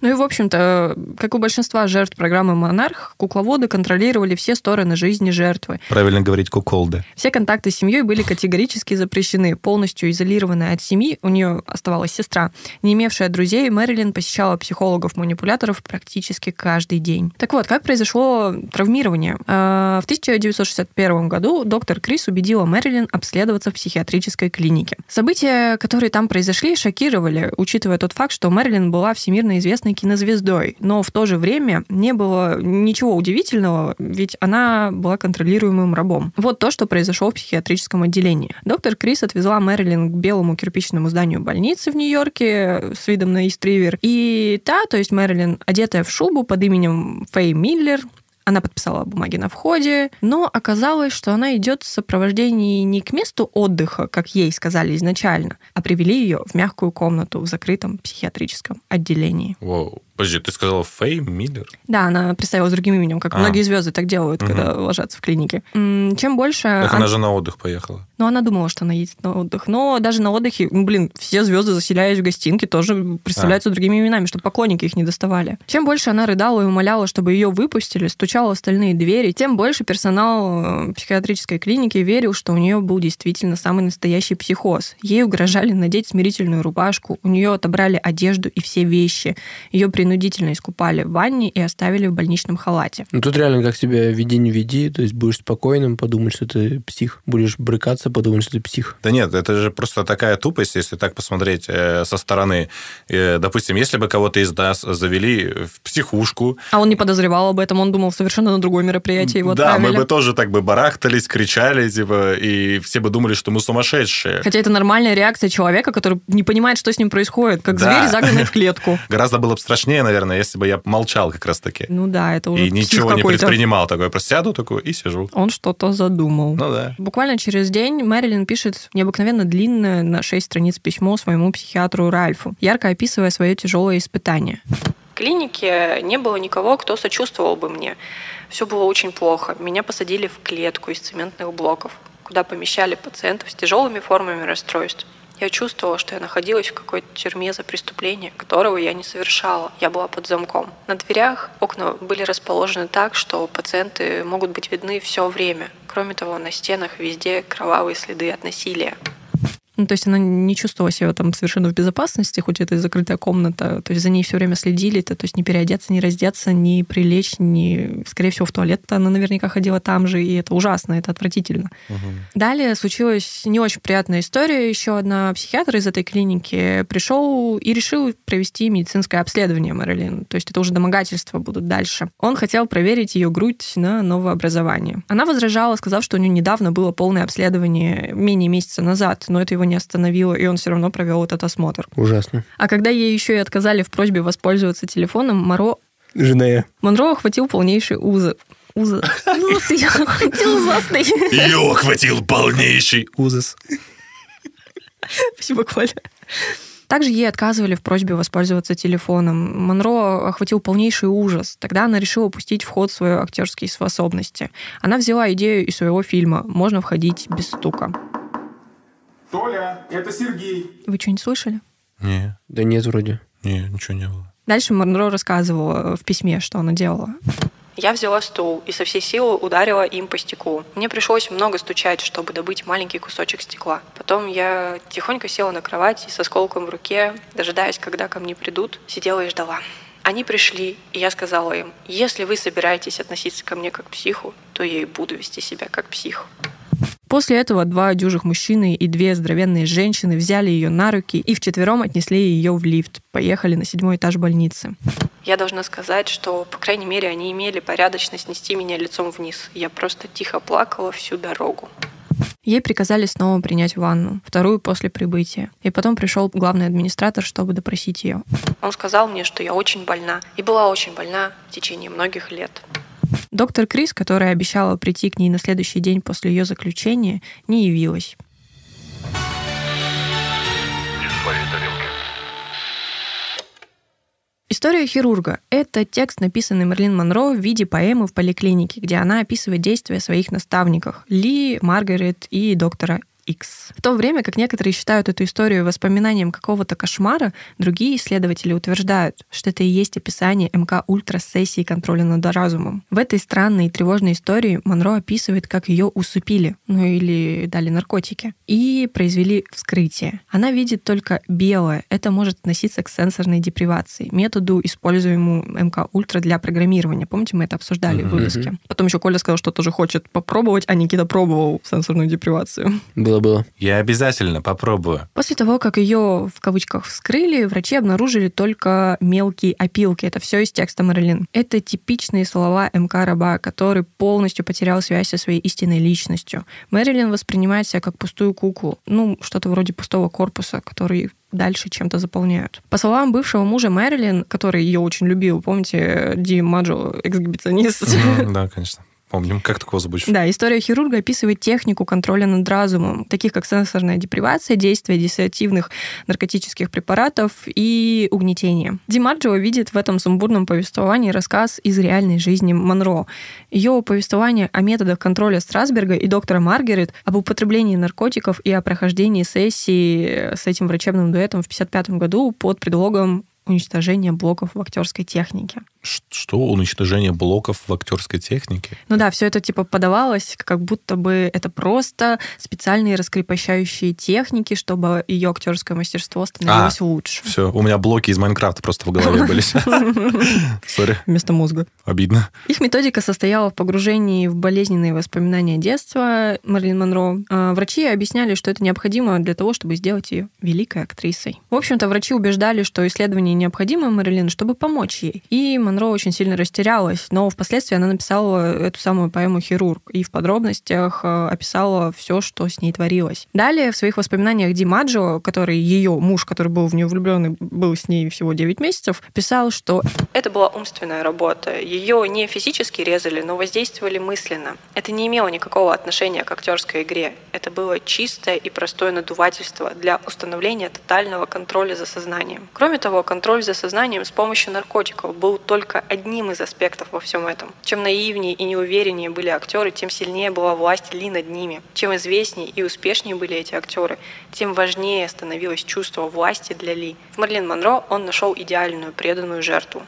Speaker 2: Ну и, в общем-то, как у большинства жертв программы «Монарх», кукловоды контролировали все стороны жизни жертвы.
Speaker 1: Правильно говорить куколды.
Speaker 2: Все контакты с семьей были категорически запрещены. Полностью изолированная от семьи, у нее оставалась сестра. Не имевшая друзей, Мэрилин посещала психологов-манипуляторов практически каждый день. Так вот, как произошло травмирование? Э, В 1961 году доктор Крис убедила Мэрилин обследоваться в психиатрической клинике. События, которые там произошли, шокировали, учитывая тот факт, что Мэрилин была всемирно известной кинозвездой. Но в то же время не было ничего удивительного, ведь она была контролируемым рабом. Вот то, что произошло в психиатрическом отделении. Доктор Крис отвезла Мэрилин к белому кирпичному зданию больницы в Нью-Йорке с видом на Истривер. И та, то есть Мэрилин, одетая в шубу под именем Фэй Миллер, она подписала бумаги на входе, но оказалось, что она идет в сопровождении не к месту отдыха, как ей сказали изначально, а привели ее в мягкую комнату в закрытом психиатрическом отделении.
Speaker 5: Воу. Подожди, ты сказала Фэй Миллер?
Speaker 2: Да, она представилась другим именем, как
Speaker 1: А.
Speaker 2: многие звезды так делают,
Speaker 1: Мгм.
Speaker 2: когда ложатся в клинике. М, Чем больше...
Speaker 1: Так
Speaker 2: она-
Speaker 1: она же на отдых поехала.
Speaker 2: Ну, она думала, что она едет на отдых. Но даже на отдыхе, ну, блин, все звезды, заселяясь в гостинке, тоже представляются другими именами, чтобы поклонники их не доставали. Чем больше она рыдала и умоляла, чтобы ее выпустили, стучала в остальные двери, тем больше персонал э, психиатрической клиники верил, что у нее был действительно самый настоящий психоз. Ей угрожали надеть смирительную рубашку, у нее отобрали одежду и все вещи. Ее принудительно искупали в ванне и оставили в больничном халате.
Speaker 3: Ну, тут реально как себя веди, не веди. То есть будешь спокойным, подумать, что ты псих. Будешь брыкаться, подумать, что ты псих.
Speaker 1: Да нет, это же просто такая тупость, если так посмотреть э, со стороны. Э, допустим, если бы кого-то из нас завели в психушку,
Speaker 2: А он не подозревал об этом, он думал совершенно на другое мероприятие его
Speaker 1: да, мы
Speaker 2: отправили.
Speaker 1: бы тоже так бы барахтались, кричали, типа, и все бы думали, что мы сумасшедшие.
Speaker 2: Хотя это нормальная реакция человека, который не понимает, что с ним происходит, как
Speaker 1: Да.
Speaker 2: зверь, загнанный в клетку.
Speaker 1: Гораздо было бы страшнее, наверное, если бы я молчал как раз-таки.
Speaker 2: Ну да, это уже
Speaker 1: И
Speaker 2: псих
Speaker 1: ничего не
Speaker 2: какой-то.
Speaker 1: предпринимал. Такой, я просто сяду такой и сижу.
Speaker 2: Он что-то задумал.
Speaker 1: Ну да.
Speaker 2: Буквально через день Мэрилин пишет необыкновенно длинное на 6 страниц письмо своему психиатру Ральфу, ярко описывая свое тяжелое испытание. В клинике не было никого, кто сочувствовал бы мне. Все было очень плохо. Меня посадили в клетку из цементных блоков.
Speaker 6: куда помещали пациентов с тяжелыми формами расстройств. Я чувствовала, что я находилась в какой-то тюрьме за преступление, которого я не совершала. Я была под замком. На дверях окна были расположены так, что пациенты могут быть видны все время. Кроме того, на стенах везде кровавые следы от насилия.
Speaker 2: Ну, то есть она не чувствовала себя там совершенно в безопасности, хоть это и закрытая комната. То есть за ней все время следили, то, то есть не переодеться, не раздеться, не прилечь, не... Скорее всего, в туалет она наверняка ходила там же, и это ужасно, это отвратительно. Далее случилась не очень приятная история. Еще одна психиатр из этой клиники пришел и решил провести медицинское обследование Мэрилин. То есть это уже домогательства будут дальше. Он хотел проверить ее грудь на новообразование. Она возражала, сказав, что у нее недавно было полное обследование менее месяца назад, но это его не остановило, и он все равно провел этот осмотр.
Speaker 3: Ужасно.
Speaker 2: А когда ей еще и отказали в просьбе воспользоваться телефоном, Моро
Speaker 3: Жена я.
Speaker 2: Монро охватил полнейший узы. Узы. Узы. Я охватил узастый.
Speaker 1: Ее охватил полнейший узас.
Speaker 2: Спасибо, Коля. Также ей отказывали в просьбе воспользоваться телефоном. Монро охватил полнейший ужас. Тогда она решила пустить в ход свои актерские способности. Она взяла идею из своего фильма «Можно входить без стука».
Speaker 7: Толя, это Сергей.
Speaker 2: Вы что-нибудь слышали?
Speaker 1: Не,
Speaker 3: Да нет, вроде.
Speaker 1: не, ничего не было.
Speaker 2: Дальше Монро рассказывала э, в письме, что она делала.
Speaker 6: Я взяла стул и со всей силы ударила им по стеклу. Мне пришлось много стучать, чтобы добыть маленький кусочек стекла. Потом я тихонько села на кровать и со сколком в руке, дожидаясь, когда ко мне придут, сидела и ждала. Они пришли, и я сказала им, если вы собираетесь относиться ко мне как к психу, то я и буду вести себя как псих.
Speaker 2: После этого два дюжих мужчины и две здоровенные женщины взяли ее на руки и вчетвером отнесли ее в лифт. Поехали на седьмой этаж больницы.
Speaker 6: Я должна сказать, что, по крайней мере, они имели порядочность нести меня лицом вниз. Я просто тихо плакала всю дорогу.
Speaker 2: Ей приказали снова принять ванну, вторую после прибытия. И потом пришел главный администратор, чтобы допросить ее.
Speaker 6: Он сказал мне, что я очень больна, и была очень больна в течение многих лет.
Speaker 2: Доктор Крис, которая обещала прийти к ней на следующий день после ее заключения, не явилась. История хирурга – это текст, написанный Мерлин Монро в виде поэмы в поликлинике, где она описывает действия своих наставников – Ли, Маргарет и доктора Икс. В то время как некоторые считают эту историю воспоминанием какого-то кошмара, другие исследователи утверждают, что это и есть описание МК Ультра сессии контроля над разумом. В этой странной и тревожной истории Монро описывает, как ее усыпили, ну или дали наркотики, и произвели вскрытие. Она видит только белое. Это может относиться к сенсорной депривации, методу, используемому МК Ультра для программирования. Помните, мы это обсуждали в
Speaker 3: Мгм.
Speaker 2: выпуске. Потом еще Коля сказал, что тоже хочет попробовать, а Никита пробовал сенсорную депривацию.
Speaker 3: Было-было.
Speaker 1: Я обязательно попробую.
Speaker 2: После того, как ее в кавычках вскрыли, врачи обнаружили только мелкие опилки. Это все из текста Мэрилин. Это типичные слова МК Раба, который полностью потерял связь со своей истинной личностью. Мэрилин воспринимает себя как пустую куклу. Ну, что-то вроде пустого корпуса, который дальше чем-то заполняют. По словам бывшего мужа Мэрилин, который ее очень любил, помните, Ди Маджо, эксгибиционист,
Speaker 1: М, Да, конечно. Помним, как такого забудешь.
Speaker 2: да, история хирурга описывает технику контроля над разумом, таких как сенсорная депривация, действие диссоциативных наркотических препаратов и угнетение. Димарджио видит в этом сумбурном повествовании рассказ из реальной жизни Монро. Ее повествование о методах контроля Страсберга и доктора Маргарет, об употреблении наркотиков и о прохождении сессии с этим врачебным дуэтом в 1955 году под предлогом уничтожения блоков в актерской технике.
Speaker 1: Ш- Что уничтожение блоков в актерской технике?
Speaker 2: Ну да, все это типа подавалось, как будто бы это просто специальные раскрепощающие техники, чтобы ее актерское мастерство становилось лучше.
Speaker 1: Все, у меня блоки из Майнкрафта просто в голове были. Сори,
Speaker 2: Вместо мозга.
Speaker 1: обидно.
Speaker 2: Их методика состояла в погружении в болезненные воспоминания детства Марлин Монро. А, Врачи объясняли, что это необходимо для того, чтобы сделать ее великой актрисой. В общем-то, врачи убеждали, что исследование необходимо Марлин, чтобы помочь ей. И Монро очень сильно растерялась, но впоследствии она написала эту самую поэму «Хирург» и в подробностях э, описала все, что с ней творилось. Далее в своих воспоминаниях Ди Маджо, который ее муж, который был в нее влюблен и был с ней всего 9 месяцев, писал, что
Speaker 6: Это была умственная работа. Ее не физически резали, но воздействовали мысленно. Это не имело никакого отношения к актерской игре. Это было чистое и простое надувательство для установления тотального контроля за сознанием. Кроме того, контроль за сознанием с помощью наркотиков был только только одним из аспектов во всем этом. Чем наивнее и неувереннее были актеры, тем сильнее была власть Ли над ними. Чем известнее и успешнее были эти актеры, тем важнее становилось чувство власти для Ли. В Мерлин Монро он нашел идеальную преданную жертву.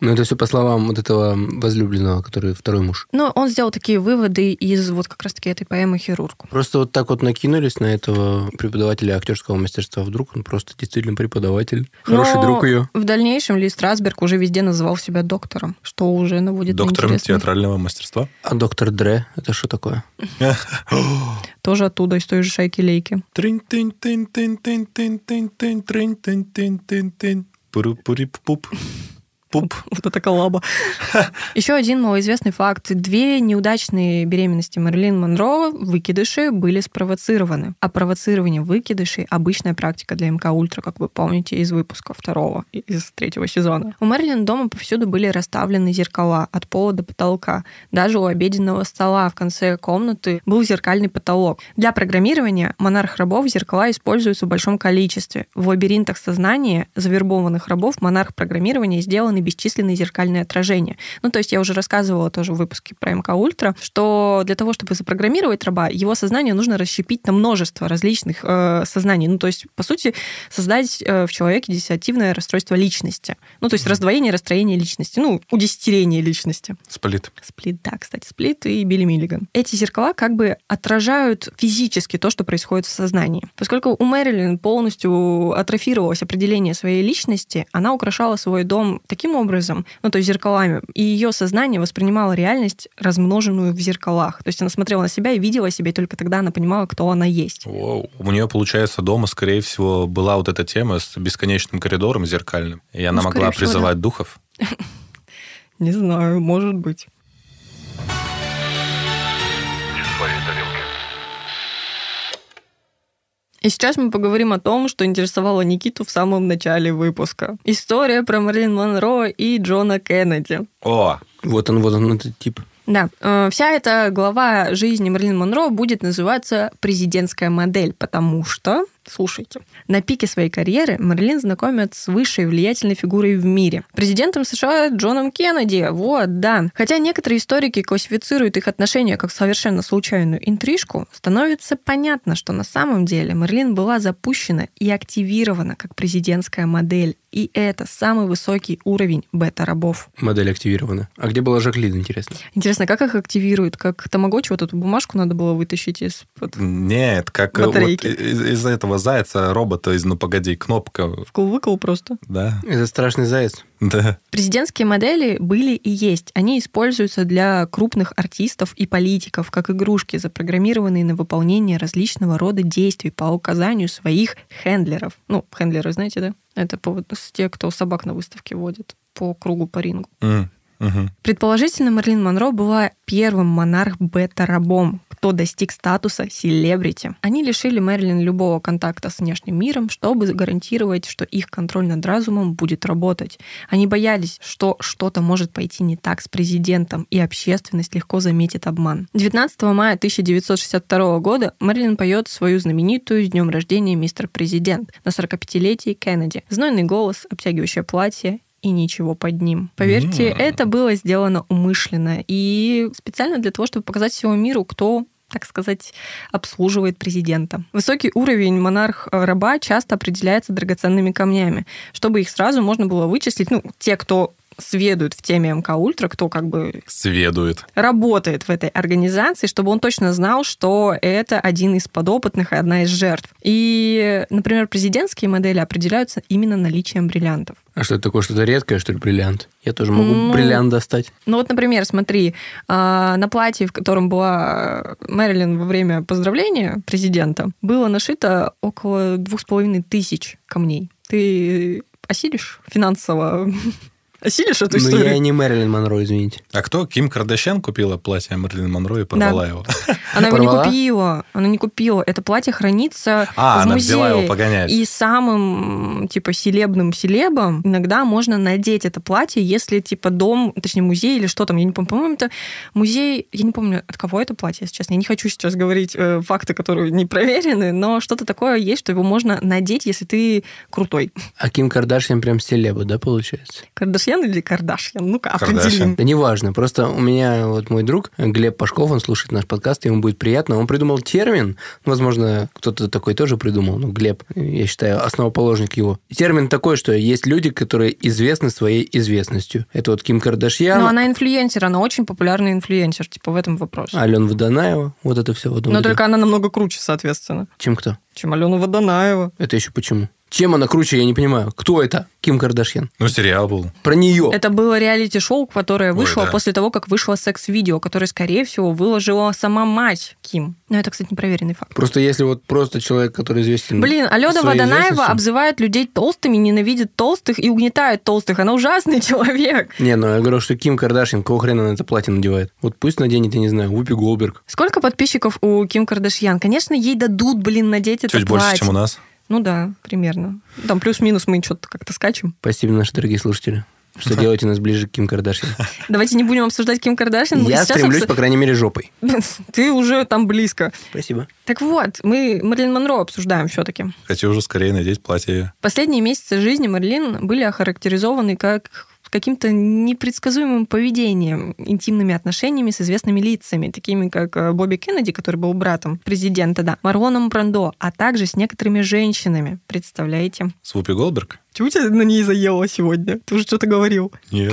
Speaker 3: Но это все по словам вот этого возлюбленного, который второй муж.
Speaker 2: Но он сделал такие выводы из вот как раз-таки этой поэмы «Хирург».
Speaker 3: Просто вот так вот накинулись на этого преподавателя актерского мастерства. Вдруг он просто действительно преподаватель, хороший
Speaker 2: Но
Speaker 3: друг ее.
Speaker 2: В дальнейшем Ли Страсберг уже везде называл себя доктором, что уже ну, наводит на
Speaker 1: Доктором
Speaker 2: интересный-
Speaker 1: театрального мастерства.
Speaker 3: А доктор Дре, это что такое?
Speaker 2: Тоже оттуда, из той же шайки-лейки.
Speaker 1: Пуру-пури-пуп. Пуп.
Speaker 2: Вот это коллаба. Еще один малоизвестный факт. Две неудачные беременности Мерлин Монро, выкидыши, были спровоцированы. А провоцирование выкидышей – обычная практика для МК Ультра, как вы помните из выпуска второго, и- из третьего сезона. У Мерлин дома повсюду были расставлены зеркала от пола до потолка. Даже у обеденного стола в конце комнаты был зеркальный потолок. Для программирования монарх рабов зеркала используются в большом количестве. В лабиринтах сознания завербованных рабов монарх программирования сделаны бесчисленные зеркальные отражения. Ну, то есть я уже рассказывала тоже в выпуске про МК Ультра, что для того, чтобы запрограммировать раба, его сознание нужно расщепить на множество различных э, сознаний. Ну, то есть, по сути, создать э, в человеке диссоциативное расстройство личности. Ну, то есть раздвоение, расстроение личности. Ну, удесятерение личности.
Speaker 1: Сплит.
Speaker 2: Сплит, да, кстати, Сплит и Билли Миллиган. Эти зеркала как бы отражают физически то, что происходит в сознании. Поскольку у Мэрилин полностью атрофировалось определение своей личности, она украшала свой дом таким образом, ну, то есть зеркалами, и ее сознание воспринимало реальность, размноженную в зеркалах. То есть она смотрела на себя и видела себя, и только тогда она понимала, кто она есть.
Speaker 1: Вау. У нее, получается, дома, скорее всего, была вот эта тема с бесконечным коридором зеркальным, и она
Speaker 2: Ну,
Speaker 1: могла
Speaker 2: скорее всего,
Speaker 1: призывать духов.
Speaker 2: Не знаю, может быть. И сейчас мы поговорим о том, что интересовало Никиту в самом начале выпуска. История про Марлин Монро и Джона Кеннеди.
Speaker 1: О,
Speaker 3: Вот он, вот он, этот тип.
Speaker 2: Да, э, вся эта глава жизни Мерлин Монро будет называться «Президентская модель», потому что, слушайте, на пике своей карьеры Мерлин знакомят с высшей влиятельной фигурой в мире. Президентом США Джоном Кеннеди, вот, да. Хотя некоторые историки классифицируют их отношения как совершенно случайную интрижку, становится понятно, что на самом деле Мерлин была запущена и активирована как президентская модель. И это самый высокий уровень бета-рабов.
Speaker 3: Модель активирована. А где была Жаклин, интересно?
Speaker 2: Интересно, как их активируют? Как тамагочи вот эту бумажку надо было вытащить из... под-
Speaker 1: нет, как э, вот
Speaker 2: Батарейки.
Speaker 1: из, из этого зайца, робота из «Ну, погоди», кнопка,
Speaker 2: Вкл-выкл просто.
Speaker 1: да,
Speaker 3: Это страшный заяц.
Speaker 1: да.
Speaker 2: Президентские модели были и есть. Они используются для крупных артистов и политиков, как игрушки, запрограммированные на выполнение различного рода действий по указанию своих хендлеров. Ну, хендлеры, знаете, да? Это по- вот с те, кто собак на выставке водит по кругу, по рингу.
Speaker 1: М, мгм.
Speaker 2: Предположительно, Мерлин Монро была первым монарх-бета-рабом, кто достиг статуса селебрити. Они лишили Мерлин любого контакта с внешним миром, чтобы гарантировать, что их контроль над разумом будет работать. Они боялись, что что-то может пойти не так с президентом, и общественность легко заметит обман. 19 мая 1962 года Мерлин поет свою знаменитую «С днем рождения, мистер президент» на 45-летии Кеннеди. Знойный голос, обтягивающее платье и ничего под ним. Поверьте,
Speaker 1: М.
Speaker 2: это было сделано умышленно и специально для того, чтобы показать всему миру, кто так сказать, обслуживает президента. Высокий уровень монарх-раба часто определяется драгоценными камнями, чтобы их сразу можно было вычислить, ну, те, кто сведует в теме МК Ультра, кто как бы
Speaker 1: Сведует.
Speaker 2: работает в этой организации, чтобы он точно знал, что это один из подопытных и одна из жертв. И, например, президентские модели определяются именно наличием бриллиантов.
Speaker 3: А что это такое? Что-то редкое, что ли, бриллиант? Я тоже могу
Speaker 2: Ну,
Speaker 3: бриллиант достать.
Speaker 2: Ну вот, например, смотри, а, на платье, в котором была Мэрилин во время поздравления президента, было нашито около двух с половиной тысяч камней. Ты осилишь финансово? Осилишь эту
Speaker 1: Ну,
Speaker 3: Но Ну, я
Speaker 2: историю?
Speaker 3: не Мэрилин Монро, извините.
Speaker 1: А кто? Ким Кардашьян купила платье Мерлин Монро и порвала его.
Speaker 2: Она его не
Speaker 3: Порвала?
Speaker 2: купила. Она не купила. Это платье хранится
Speaker 1: А,
Speaker 2: в
Speaker 1: она
Speaker 2: музее.
Speaker 1: взяла его погонять.
Speaker 2: И самым, типа, селебным селебом иногда можно надеть это платье, если, типа, дом, точнее, музей или что там, я не помню, по-моему, это музей, я не помню, от кого это платье, если честно, я не хочу сейчас говорить э, факты, которые не проверены, но что-то такое есть, что его можно надеть, если ты крутой.
Speaker 3: А Ким Кардашьян прям селеба, да, получается?
Speaker 2: Кардашьян или Кардашьян? Ну-ка,
Speaker 1: Кардашьян.
Speaker 2: определим.
Speaker 3: Да неважно, просто у меня вот мой друг Глеб Пашков, он слушает наш подкаст, ему будет приятно. Он придумал термин, ну, возможно, кто-то такой тоже придумал, ну, Глеб, я считаю, основоположник его. Термин такой, что есть люди, которые известны своей известностью. Это вот Ким Кардашьян,
Speaker 2: Но она инфлюенсер, она очень популярный инфлюенсер, типа, в этом вопрос.
Speaker 3: Алена Водонаева, вот это все в одном
Speaker 2: Но
Speaker 3: ряду.
Speaker 2: только она намного круче, соответственно,
Speaker 3: Чем кто?
Speaker 2: чем Алена Водонаева.
Speaker 3: Это еще почему? Чем она круче, я не понимаю. Кто это? Ким Кардашьян.
Speaker 1: Ну, сериал был.
Speaker 3: Про нее.
Speaker 2: Это было реалити-шоу, которое
Speaker 1: Ой,
Speaker 2: вышло
Speaker 1: да.
Speaker 2: после того, как вышло секс-видео, которое, скорее всего, выложила сама мать Ким. Но это, кстати, непроверенный факт.
Speaker 3: Просто если вот просто человек, который известен...
Speaker 2: Блин, Алена
Speaker 3: своей
Speaker 2: Водонаева
Speaker 3: известностью-
Speaker 2: обзывает людей толстыми, ненавидит толстых и угнетает толстых. Она ужасный человек.
Speaker 3: Не, ну я говорю, что Ким Кардашьян, кого хрена она это платье надевает? Вот пусть наденет, я не знаю, Вупи Голберг.
Speaker 2: Сколько подписчиков у Ким Кардашьян? Конечно, ей дадут, блин, надеть это
Speaker 1: Чуть больше,
Speaker 2: платье.
Speaker 1: чем у нас.
Speaker 2: Ну да, примерно. Там плюс-минус мы что-то как-то скачем.
Speaker 3: Спасибо, наши дорогие слушатели, что делаете нас ближе к Ким Кардашьян.
Speaker 2: Давайте не будем обсуждать Ким Кардашьян. Мы
Speaker 3: Я
Speaker 2: ну, сейчас
Speaker 3: стремлюсь,
Speaker 2: обсу-
Speaker 3: по крайней мере, жопой.
Speaker 2: Ты уже там близко.
Speaker 3: Спасибо.
Speaker 2: Так вот, мы Марлин Монро обсуждаем все-таки.
Speaker 1: Хочу уже скорее надеть платье.
Speaker 2: Последние месяцы жизни Мерлин были охарактеризованы как каким-то непредсказуемым поведением, интимными отношениями с известными лицами, такими как э, Бобби Кеннеди, который был братом президента, да, Марлоном Брандо, а также с некоторыми женщинами. Представляете?
Speaker 1: С Вупи Голдберг?
Speaker 2: Чего тебя на ней заело сегодня? Ты уже что-то говорил.
Speaker 1: Нет.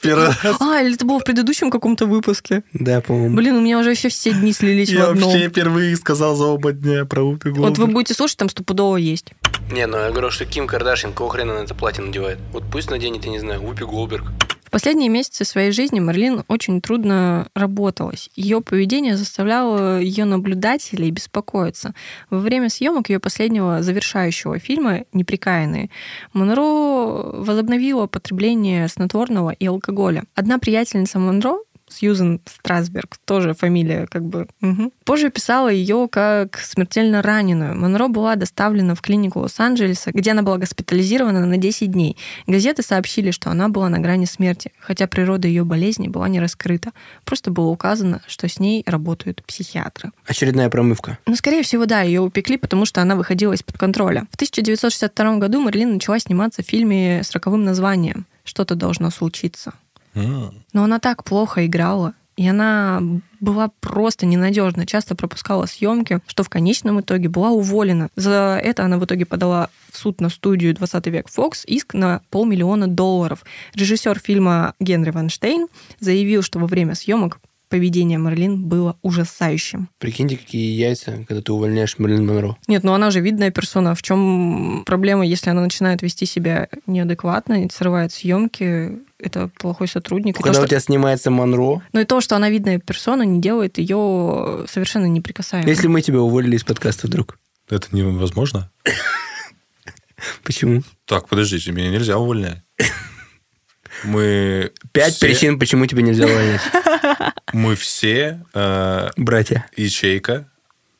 Speaker 1: Первый раз.
Speaker 2: А, или это было в предыдущем каком-то выпуске?
Speaker 3: Да, по-моему.
Speaker 2: Блин, у меня уже вообще все дни слились в
Speaker 1: Я
Speaker 2: одно.
Speaker 1: вообще впервые сказал за оба дня про Вупи
Speaker 2: Вот вы
Speaker 1: Голдберг.
Speaker 2: будете слушать, там стопудово есть.
Speaker 3: Не, ну я говорю, что Ким Кардашьян, кого хрена она это платье надевает? Вот пусть наденет, я не знаю, Вупи Голберг.
Speaker 2: В последние месяцы своей жизни Марлин очень трудно работалась. Ее поведение заставляло ее наблюдателей беспокоиться. Во время съемок ее последнего завершающего фильма «Неприкаянные» Монро возобновила потребление снотворного и алкоголя. Одна приятельница Монро Сьюзен Страсберг, тоже фамилия как бы. мгм, Позже писала ее как смертельно раненую. Монро была доставлена в клинику Лос-Анджелеса, где она была госпитализирована на 10 дней. Газеты сообщили, что она была на грани смерти, хотя природа ее болезни была не раскрыта. Просто было указано, что с ней работают психиатры.
Speaker 3: Очередная промывка.
Speaker 2: Ну, скорее всего, да, ее упекли, потому что она выходила из-под контроля. В 1962 году Марлин начала сниматься в фильме с роковым названием «Что-то должно случиться».
Speaker 1: М.
Speaker 2: Но она так плохо играла, и она была просто ненадежна, часто пропускала съемки, что в конечном итоге была уволена. За это она в итоге подала в суд на студию 20 век Fox иск на полмиллиона долларов. Режиссер фильма Генри Ванштейн заявил, что во время съемок поведение Мерлин было ужасающим.
Speaker 3: Прикиньте, какие яйца, когда ты увольняешь Мерлин Монро.
Speaker 2: Нет, ну она же видная персона. В чем проблема, если она начинает вести себя неадекватно, срывает съемки, это плохой сотрудник. И то,
Speaker 3: Когда у
Speaker 2: что-
Speaker 3: тебя снимается Монро,
Speaker 2: Но и то, что она видная персона, не делает ее совершенно неприкасаемой.
Speaker 3: если мы тебя уволили из подкаста вдруг,
Speaker 1: Это невозможно.
Speaker 3: почему?
Speaker 1: Так, подождите, меня нельзя увольнять. Мы
Speaker 3: Пять
Speaker 1: все-
Speaker 3: причин, почему тебя нельзя увольнять,
Speaker 1: Мы все э,
Speaker 3: братья.
Speaker 1: ячейка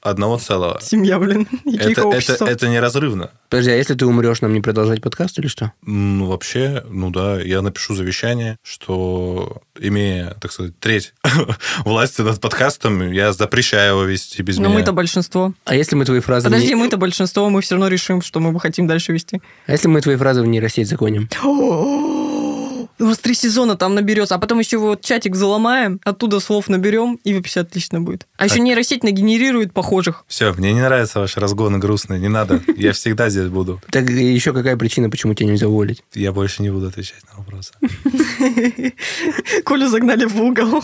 Speaker 1: одного целого.
Speaker 2: Семья, блин.
Speaker 1: Это, это, это неразрывно.
Speaker 3: Подожди, а если ты умрешь, нам не продолжать подкаст или что?
Speaker 1: Ну, вообще, ну да, я напишу завещание, что, имея, так сказать, треть власти над подкастом, я запрещаю его вести
Speaker 3: Ну,
Speaker 1: без
Speaker 2: Но
Speaker 1: меня.
Speaker 2: мы-то большинство.
Speaker 3: А если мы твои фразы... в
Speaker 2: Подожди,
Speaker 3: не-
Speaker 2: мы-то большинство, мы все равно решим, что мы бы хотим дальше вести.
Speaker 3: А если мы твои фразы в нейросеть законим?
Speaker 2: У нас три сезона там наберется, а потом еще вот чатик заломаем, оттуда слов наберем, и вообще отлично будет. А еще нейросеть нагенерирует похожих.
Speaker 1: Все, мне не нравятся ваши разгоны грустные, не надо. Я всегда здесь буду.
Speaker 3: Так еще какая причина, почему тебя нельзя уволить?
Speaker 1: Я больше не буду отвечать на вопросы.
Speaker 2: Колю загнали в угол.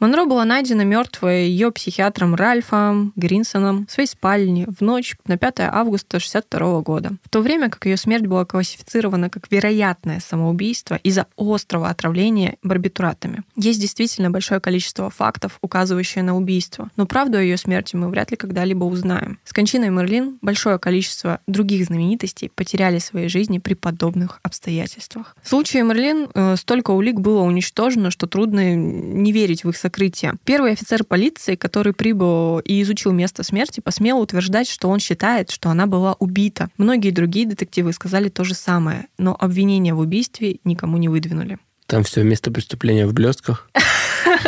Speaker 2: Монро была найдена мертвой ее психиатром Ральфом Гринсоном в своей спальне в ночь на 5 августа 1962 года. В то время как ее смерть была классифицирована как вероятное самоубийство из-за острого отравления барбитуратами. Есть действительно большое количество фактов, указывающие на убийство, но правду о ее смерти мы вряд ли когда-либо узнаем. С кончиной Мерлин большое количество других знаменитостей потеряли свои жизни при подобных обстоятельствах. В случае Мерлин э, столько улик было уничтожено, что трудно не верить в их сокрытия. Первый офицер полиции, который прибыл и изучил место смерти, посмел утверждать, что он считает, что она была убита. Многие другие детективы сказали то же самое, но обвинения в убийстве никому не выдвинули.
Speaker 3: Там все место преступления в блестках.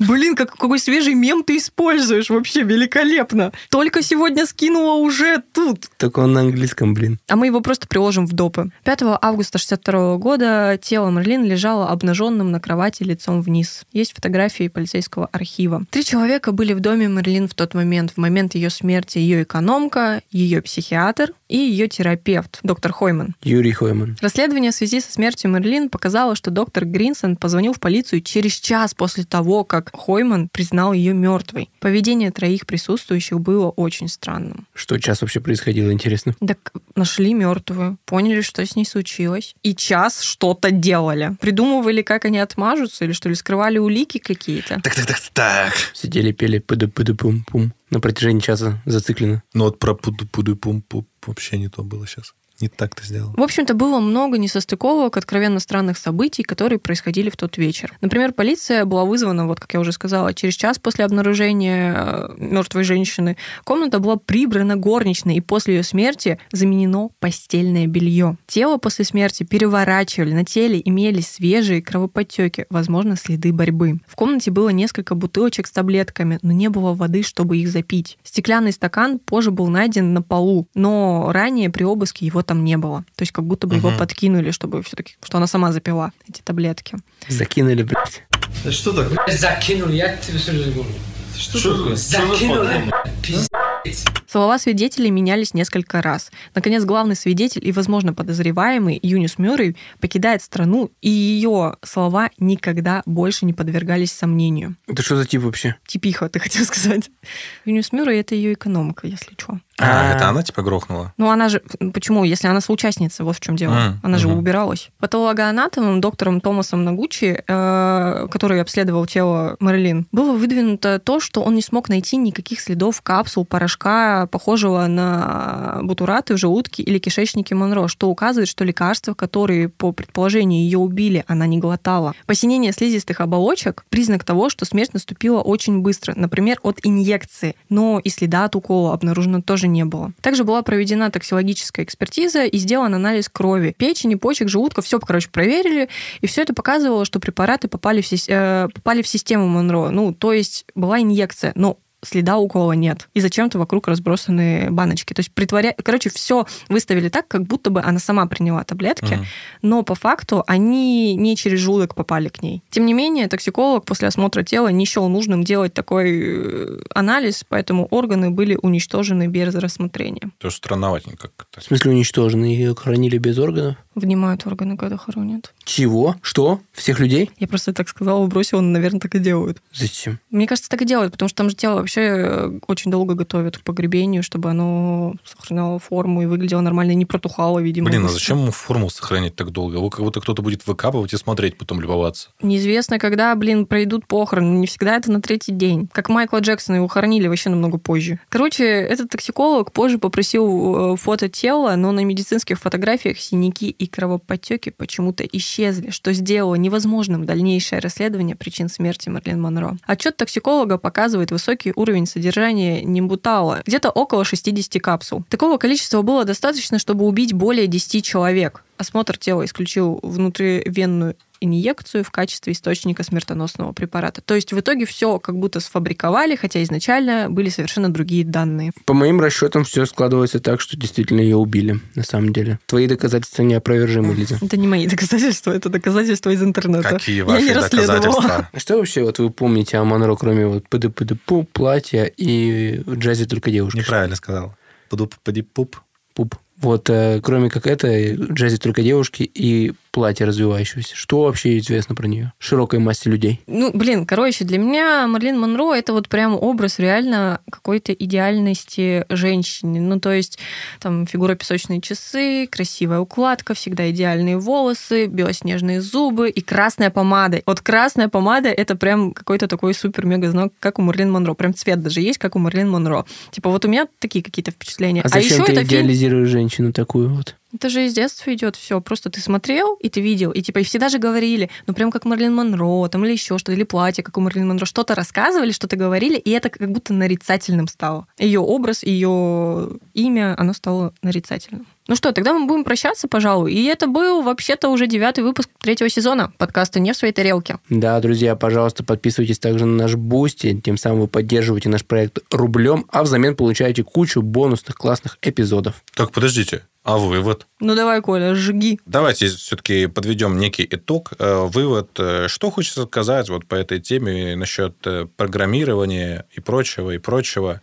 Speaker 2: Блин, как, какой свежий мем ты используешь вообще великолепно. Только сегодня скинула уже тут.
Speaker 3: Только он на английском, блин.
Speaker 2: А мы его просто приложим в допы. 5 августа 62 года тело Мерлин лежало обнаженным на кровати лицом вниз. Есть фотографии полицейского архива. Три человека были в доме Мерлин в тот момент. В момент ее смерти ее экономка, ее психиатр и ее терапевт, доктор Хойман.
Speaker 3: Юрий Хойман.
Speaker 2: Расследование в связи со смертью Мерлин показало, что доктор Гринсон позвонил в полицию через час после того, как Хойман признал ее мертвой. Поведение троих присутствующих было очень странным.
Speaker 3: Что час вообще происходило, интересно?
Speaker 2: Так нашли мертвую, поняли, что с ней случилось, и час что-то делали. Придумывали, как они отмажутся, или что ли, скрывали улики какие-то.
Speaker 1: Так, так, так, так.
Speaker 3: Сидели, пели пыду пыду пум пум на протяжении часа зациклено.
Speaker 1: Ну вот про пуду пуду пум пум вообще не то было сейчас. Не так ты сделал.
Speaker 2: В общем-то, было много несостыковок, откровенно странных событий, которые происходили в тот вечер. Например, полиция была вызвана, вот как я уже сказала, через час после обнаружения э, мертвой женщины. Комната была прибрана горничной, и после ее смерти заменено постельное белье. Тело после смерти переворачивали, на теле имелись свежие кровоподтеки, возможно, следы борьбы. В комнате было несколько бутылочек с таблетками, но не было воды, чтобы их запить. Стеклянный стакан позже был найден на полу, но ранее при обыске его там не было. То есть как будто бы его
Speaker 1: Мгм.
Speaker 2: подкинули, чтобы все-таки, что она сама запила эти таблетки.
Speaker 3: Закинули, блядь.
Speaker 8: Что такое?
Speaker 9: Закинули, я тебе все говорю. Что,
Speaker 8: Что
Speaker 9: такое?
Speaker 8: такое?
Speaker 9: Закинули.
Speaker 2: Слова свидетелей менялись несколько раз. Наконец, главный свидетель и, возможно, подозреваемый Юнис Мюррей покидает страну, и ее слова никогда больше не подвергались сомнению.
Speaker 3: Это что за тип вообще?
Speaker 2: Типиха, ты хотел сказать. Юнис Мюррей — это ее экономка, если что.
Speaker 1: А,
Speaker 3: А.
Speaker 1: это она типа грохнула?
Speaker 2: Ну, она же... Почему? Если она соучастница, вот в чем дело.
Speaker 1: М,
Speaker 2: она же
Speaker 1: мгм.
Speaker 2: убиралась. Патологоанатомом, доктором Томасом Нагучи, э, который обследовал тело Мэрилин, было выдвинуто то, что он не смог найти никаких следов капсул, порошка, похожего на бутураты в желудке или кишечнике Монро, что указывает, что лекарства, которые, по предположению, ее убили, она не глотала. Посинение слизистых оболочек – признак того, что смерть наступила очень быстро, например, от инъекции, но и следа от укола обнаружено тоже не было. Также была проведена токсикологическая экспертиза и сделан анализ крови, печени, почек, желудка, все, короче, проверили, и все это показывало, что препараты попали в, сис- э, попали в систему Монро, ну, то есть была инъекция, но следа укола нет. И зачем-то вокруг разбросаны баночки. То есть притворя... Короче, все выставили так, как будто бы она сама приняла таблетки,
Speaker 1: Мгм.
Speaker 2: но по факту они не через желудок попали к ней. Тем не менее, токсиколог после осмотра тела не счел нужным делать такой э, анализ, поэтому органы были уничтожены без рассмотрения.
Speaker 1: Тоже странноватенько как-то.
Speaker 3: В смысле уничтожены? Ее хранили без органов?
Speaker 2: Внимают органы, когда хоронят.
Speaker 3: Чего? Что? Всех людей?
Speaker 2: Я просто так сказала, бросила, но, наверное, так и делают.
Speaker 3: Зачем?
Speaker 2: Мне кажется, так и делают, потому что там же тело вообще э, очень долго готовят к погребению, чтобы оно сохраняло форму и выглядело нормально, и не протухало, видимо.
Speaker 1: Блин, а
Speaker 2: быстро.
Speaker 1: зачем ему форму сохранять так долго? Его как будто кто-то будет выкапывать и смотреть, потом любоваться.
Speaker 2: Неизвестно, когда, блин, пройдут похороны. Не всегда это на третий день. Как Майкла Джексона, его хоронили вообще намного позже. Короче, этот токсиколог позже попросил э, фото тела, но на медицинских фотографиях синяки и кровоподтеки почему-то исчезли, что сделало невозможным дальнейшее расследование причин смерти Марлин Монро. Отчет токсиколога показывает высокий уровень содержания нембутала, где-то около 60 капсул. Такого количества было достаточно, чтобы убить более 10 человек. Осмотр тела исключил внутривенную инъекцию в качестве источника смертоносного препарата. То есть в итоге все как будто сфабриковали, хотя изначально были совершенно другие данные.
Speaker 3: По моим расчетам, все складывается так, что действительно ее убили, на самом деле. Твои доказательства неопровержимы, Лиза.
Speaker 2: Это не мои доказательства, это доказательства из интернета.
Speaker 1: Какие
Speaker 2: Я
Speaker 1: ваши
Speaker 2: не расследовала.
Speaker 1: доказательства?
Speaker 3: А Что вообще вот вы помните о Монро, кроме вот пды пды пу платья и в джазе только девушки?
Speaker 1: Неправильно сказал. Пуп-пуп.
Speaker 3: Пуп. Вот, э, кроме как это, э, в джазе только девушки и платье развивающегося. Что вообще известно про нее? Широкой массе людей.
Speaker 2: Ну, блин, короче, для меня Марлин Монро это вот прям образ реально какой-то идеальности женщины. Ну, то есть там фигура песочные часы, красивая укладка, всегда идеальные волосы, белоснежные зубы и красная помада. Вот красная помада это прям какой-то такой супер-мега знак, как у Марлин Монро. Прям цвет даже есть, как у Марлин Монро. Типа вот у меня такие какие-то впечатления.
Speaker 3: А зачем
Speaker 2: еще
Speaker 3: ты
Speaker 2: это фильм-
Speaker 3: идеализируешь женщину такую вот?
Speaker 2: Это же из детства идет все. Просто ты смотрел, и ты видел, и типа, и всегда же говорили, ну прям как Марлин Монро, там или еще что-то, или платье, как у Марлин Монро, что-то рассказывали, что-то говорили, и это как будто нарицательным стало. Ее образ, ее имя, оно стало нарицательным. Ну что, тогда мы будем прощаться, пожалуй. И это был вообще-то уже девятый выпуск третьего сезона подкаста «Не в своей тарелке».
Speaker 3: Да, друзья, пожалуйста, подписывайтесь также на наш Бусти, тем самым вы поддерживаете наш проект рублем, а взамен получаете кучу бонусных классных эпизодов.
Speaker 5: Так, подождите, а вывод?
Speaker 2: Ну давай, Коля, жги.
Speaker 5: Давайте все-таки подведем некий итог, э, вывод. Э, Что хочется сказать вот по этой теме насчет э, программирования и прочего, и прочего.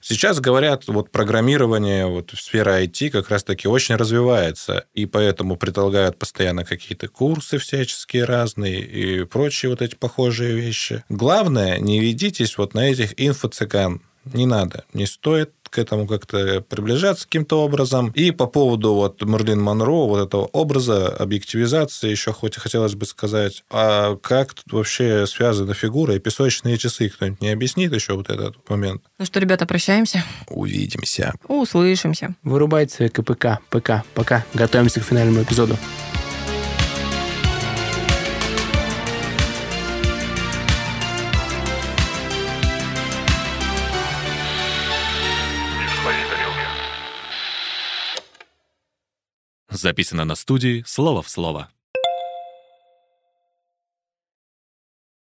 Speaker 5: Сейчас говорят, вот программирование, вот сфера IT как раз-таки очень развивается, и поэтому предлагают постоянно какие-то курсы всяческие разные и прочие вот эти похожие вещи. Главное, не ведитесь вот на этих инфо-цыган. Не надо, не стоит к этому как-то приближаться каким-то образом. И по поводу вот Мерлин Монро, вот этого образа, объективизации еще хоть и хотелось бы сказать, а как тут вообще связана фигура и песочные часы? Кто-нибудь не объяснит еще вот этот момент?
Speaker 2: Ну что, ребята, прощаемся.
Speaker 5: Увидимся.
Speaker 2: Услышимся.
Speaker 3: Вырубайте КПК, ПК, пока. Готовимся к финальному эпизоду.
Speaker 10: Записано на студии «Слово в слово».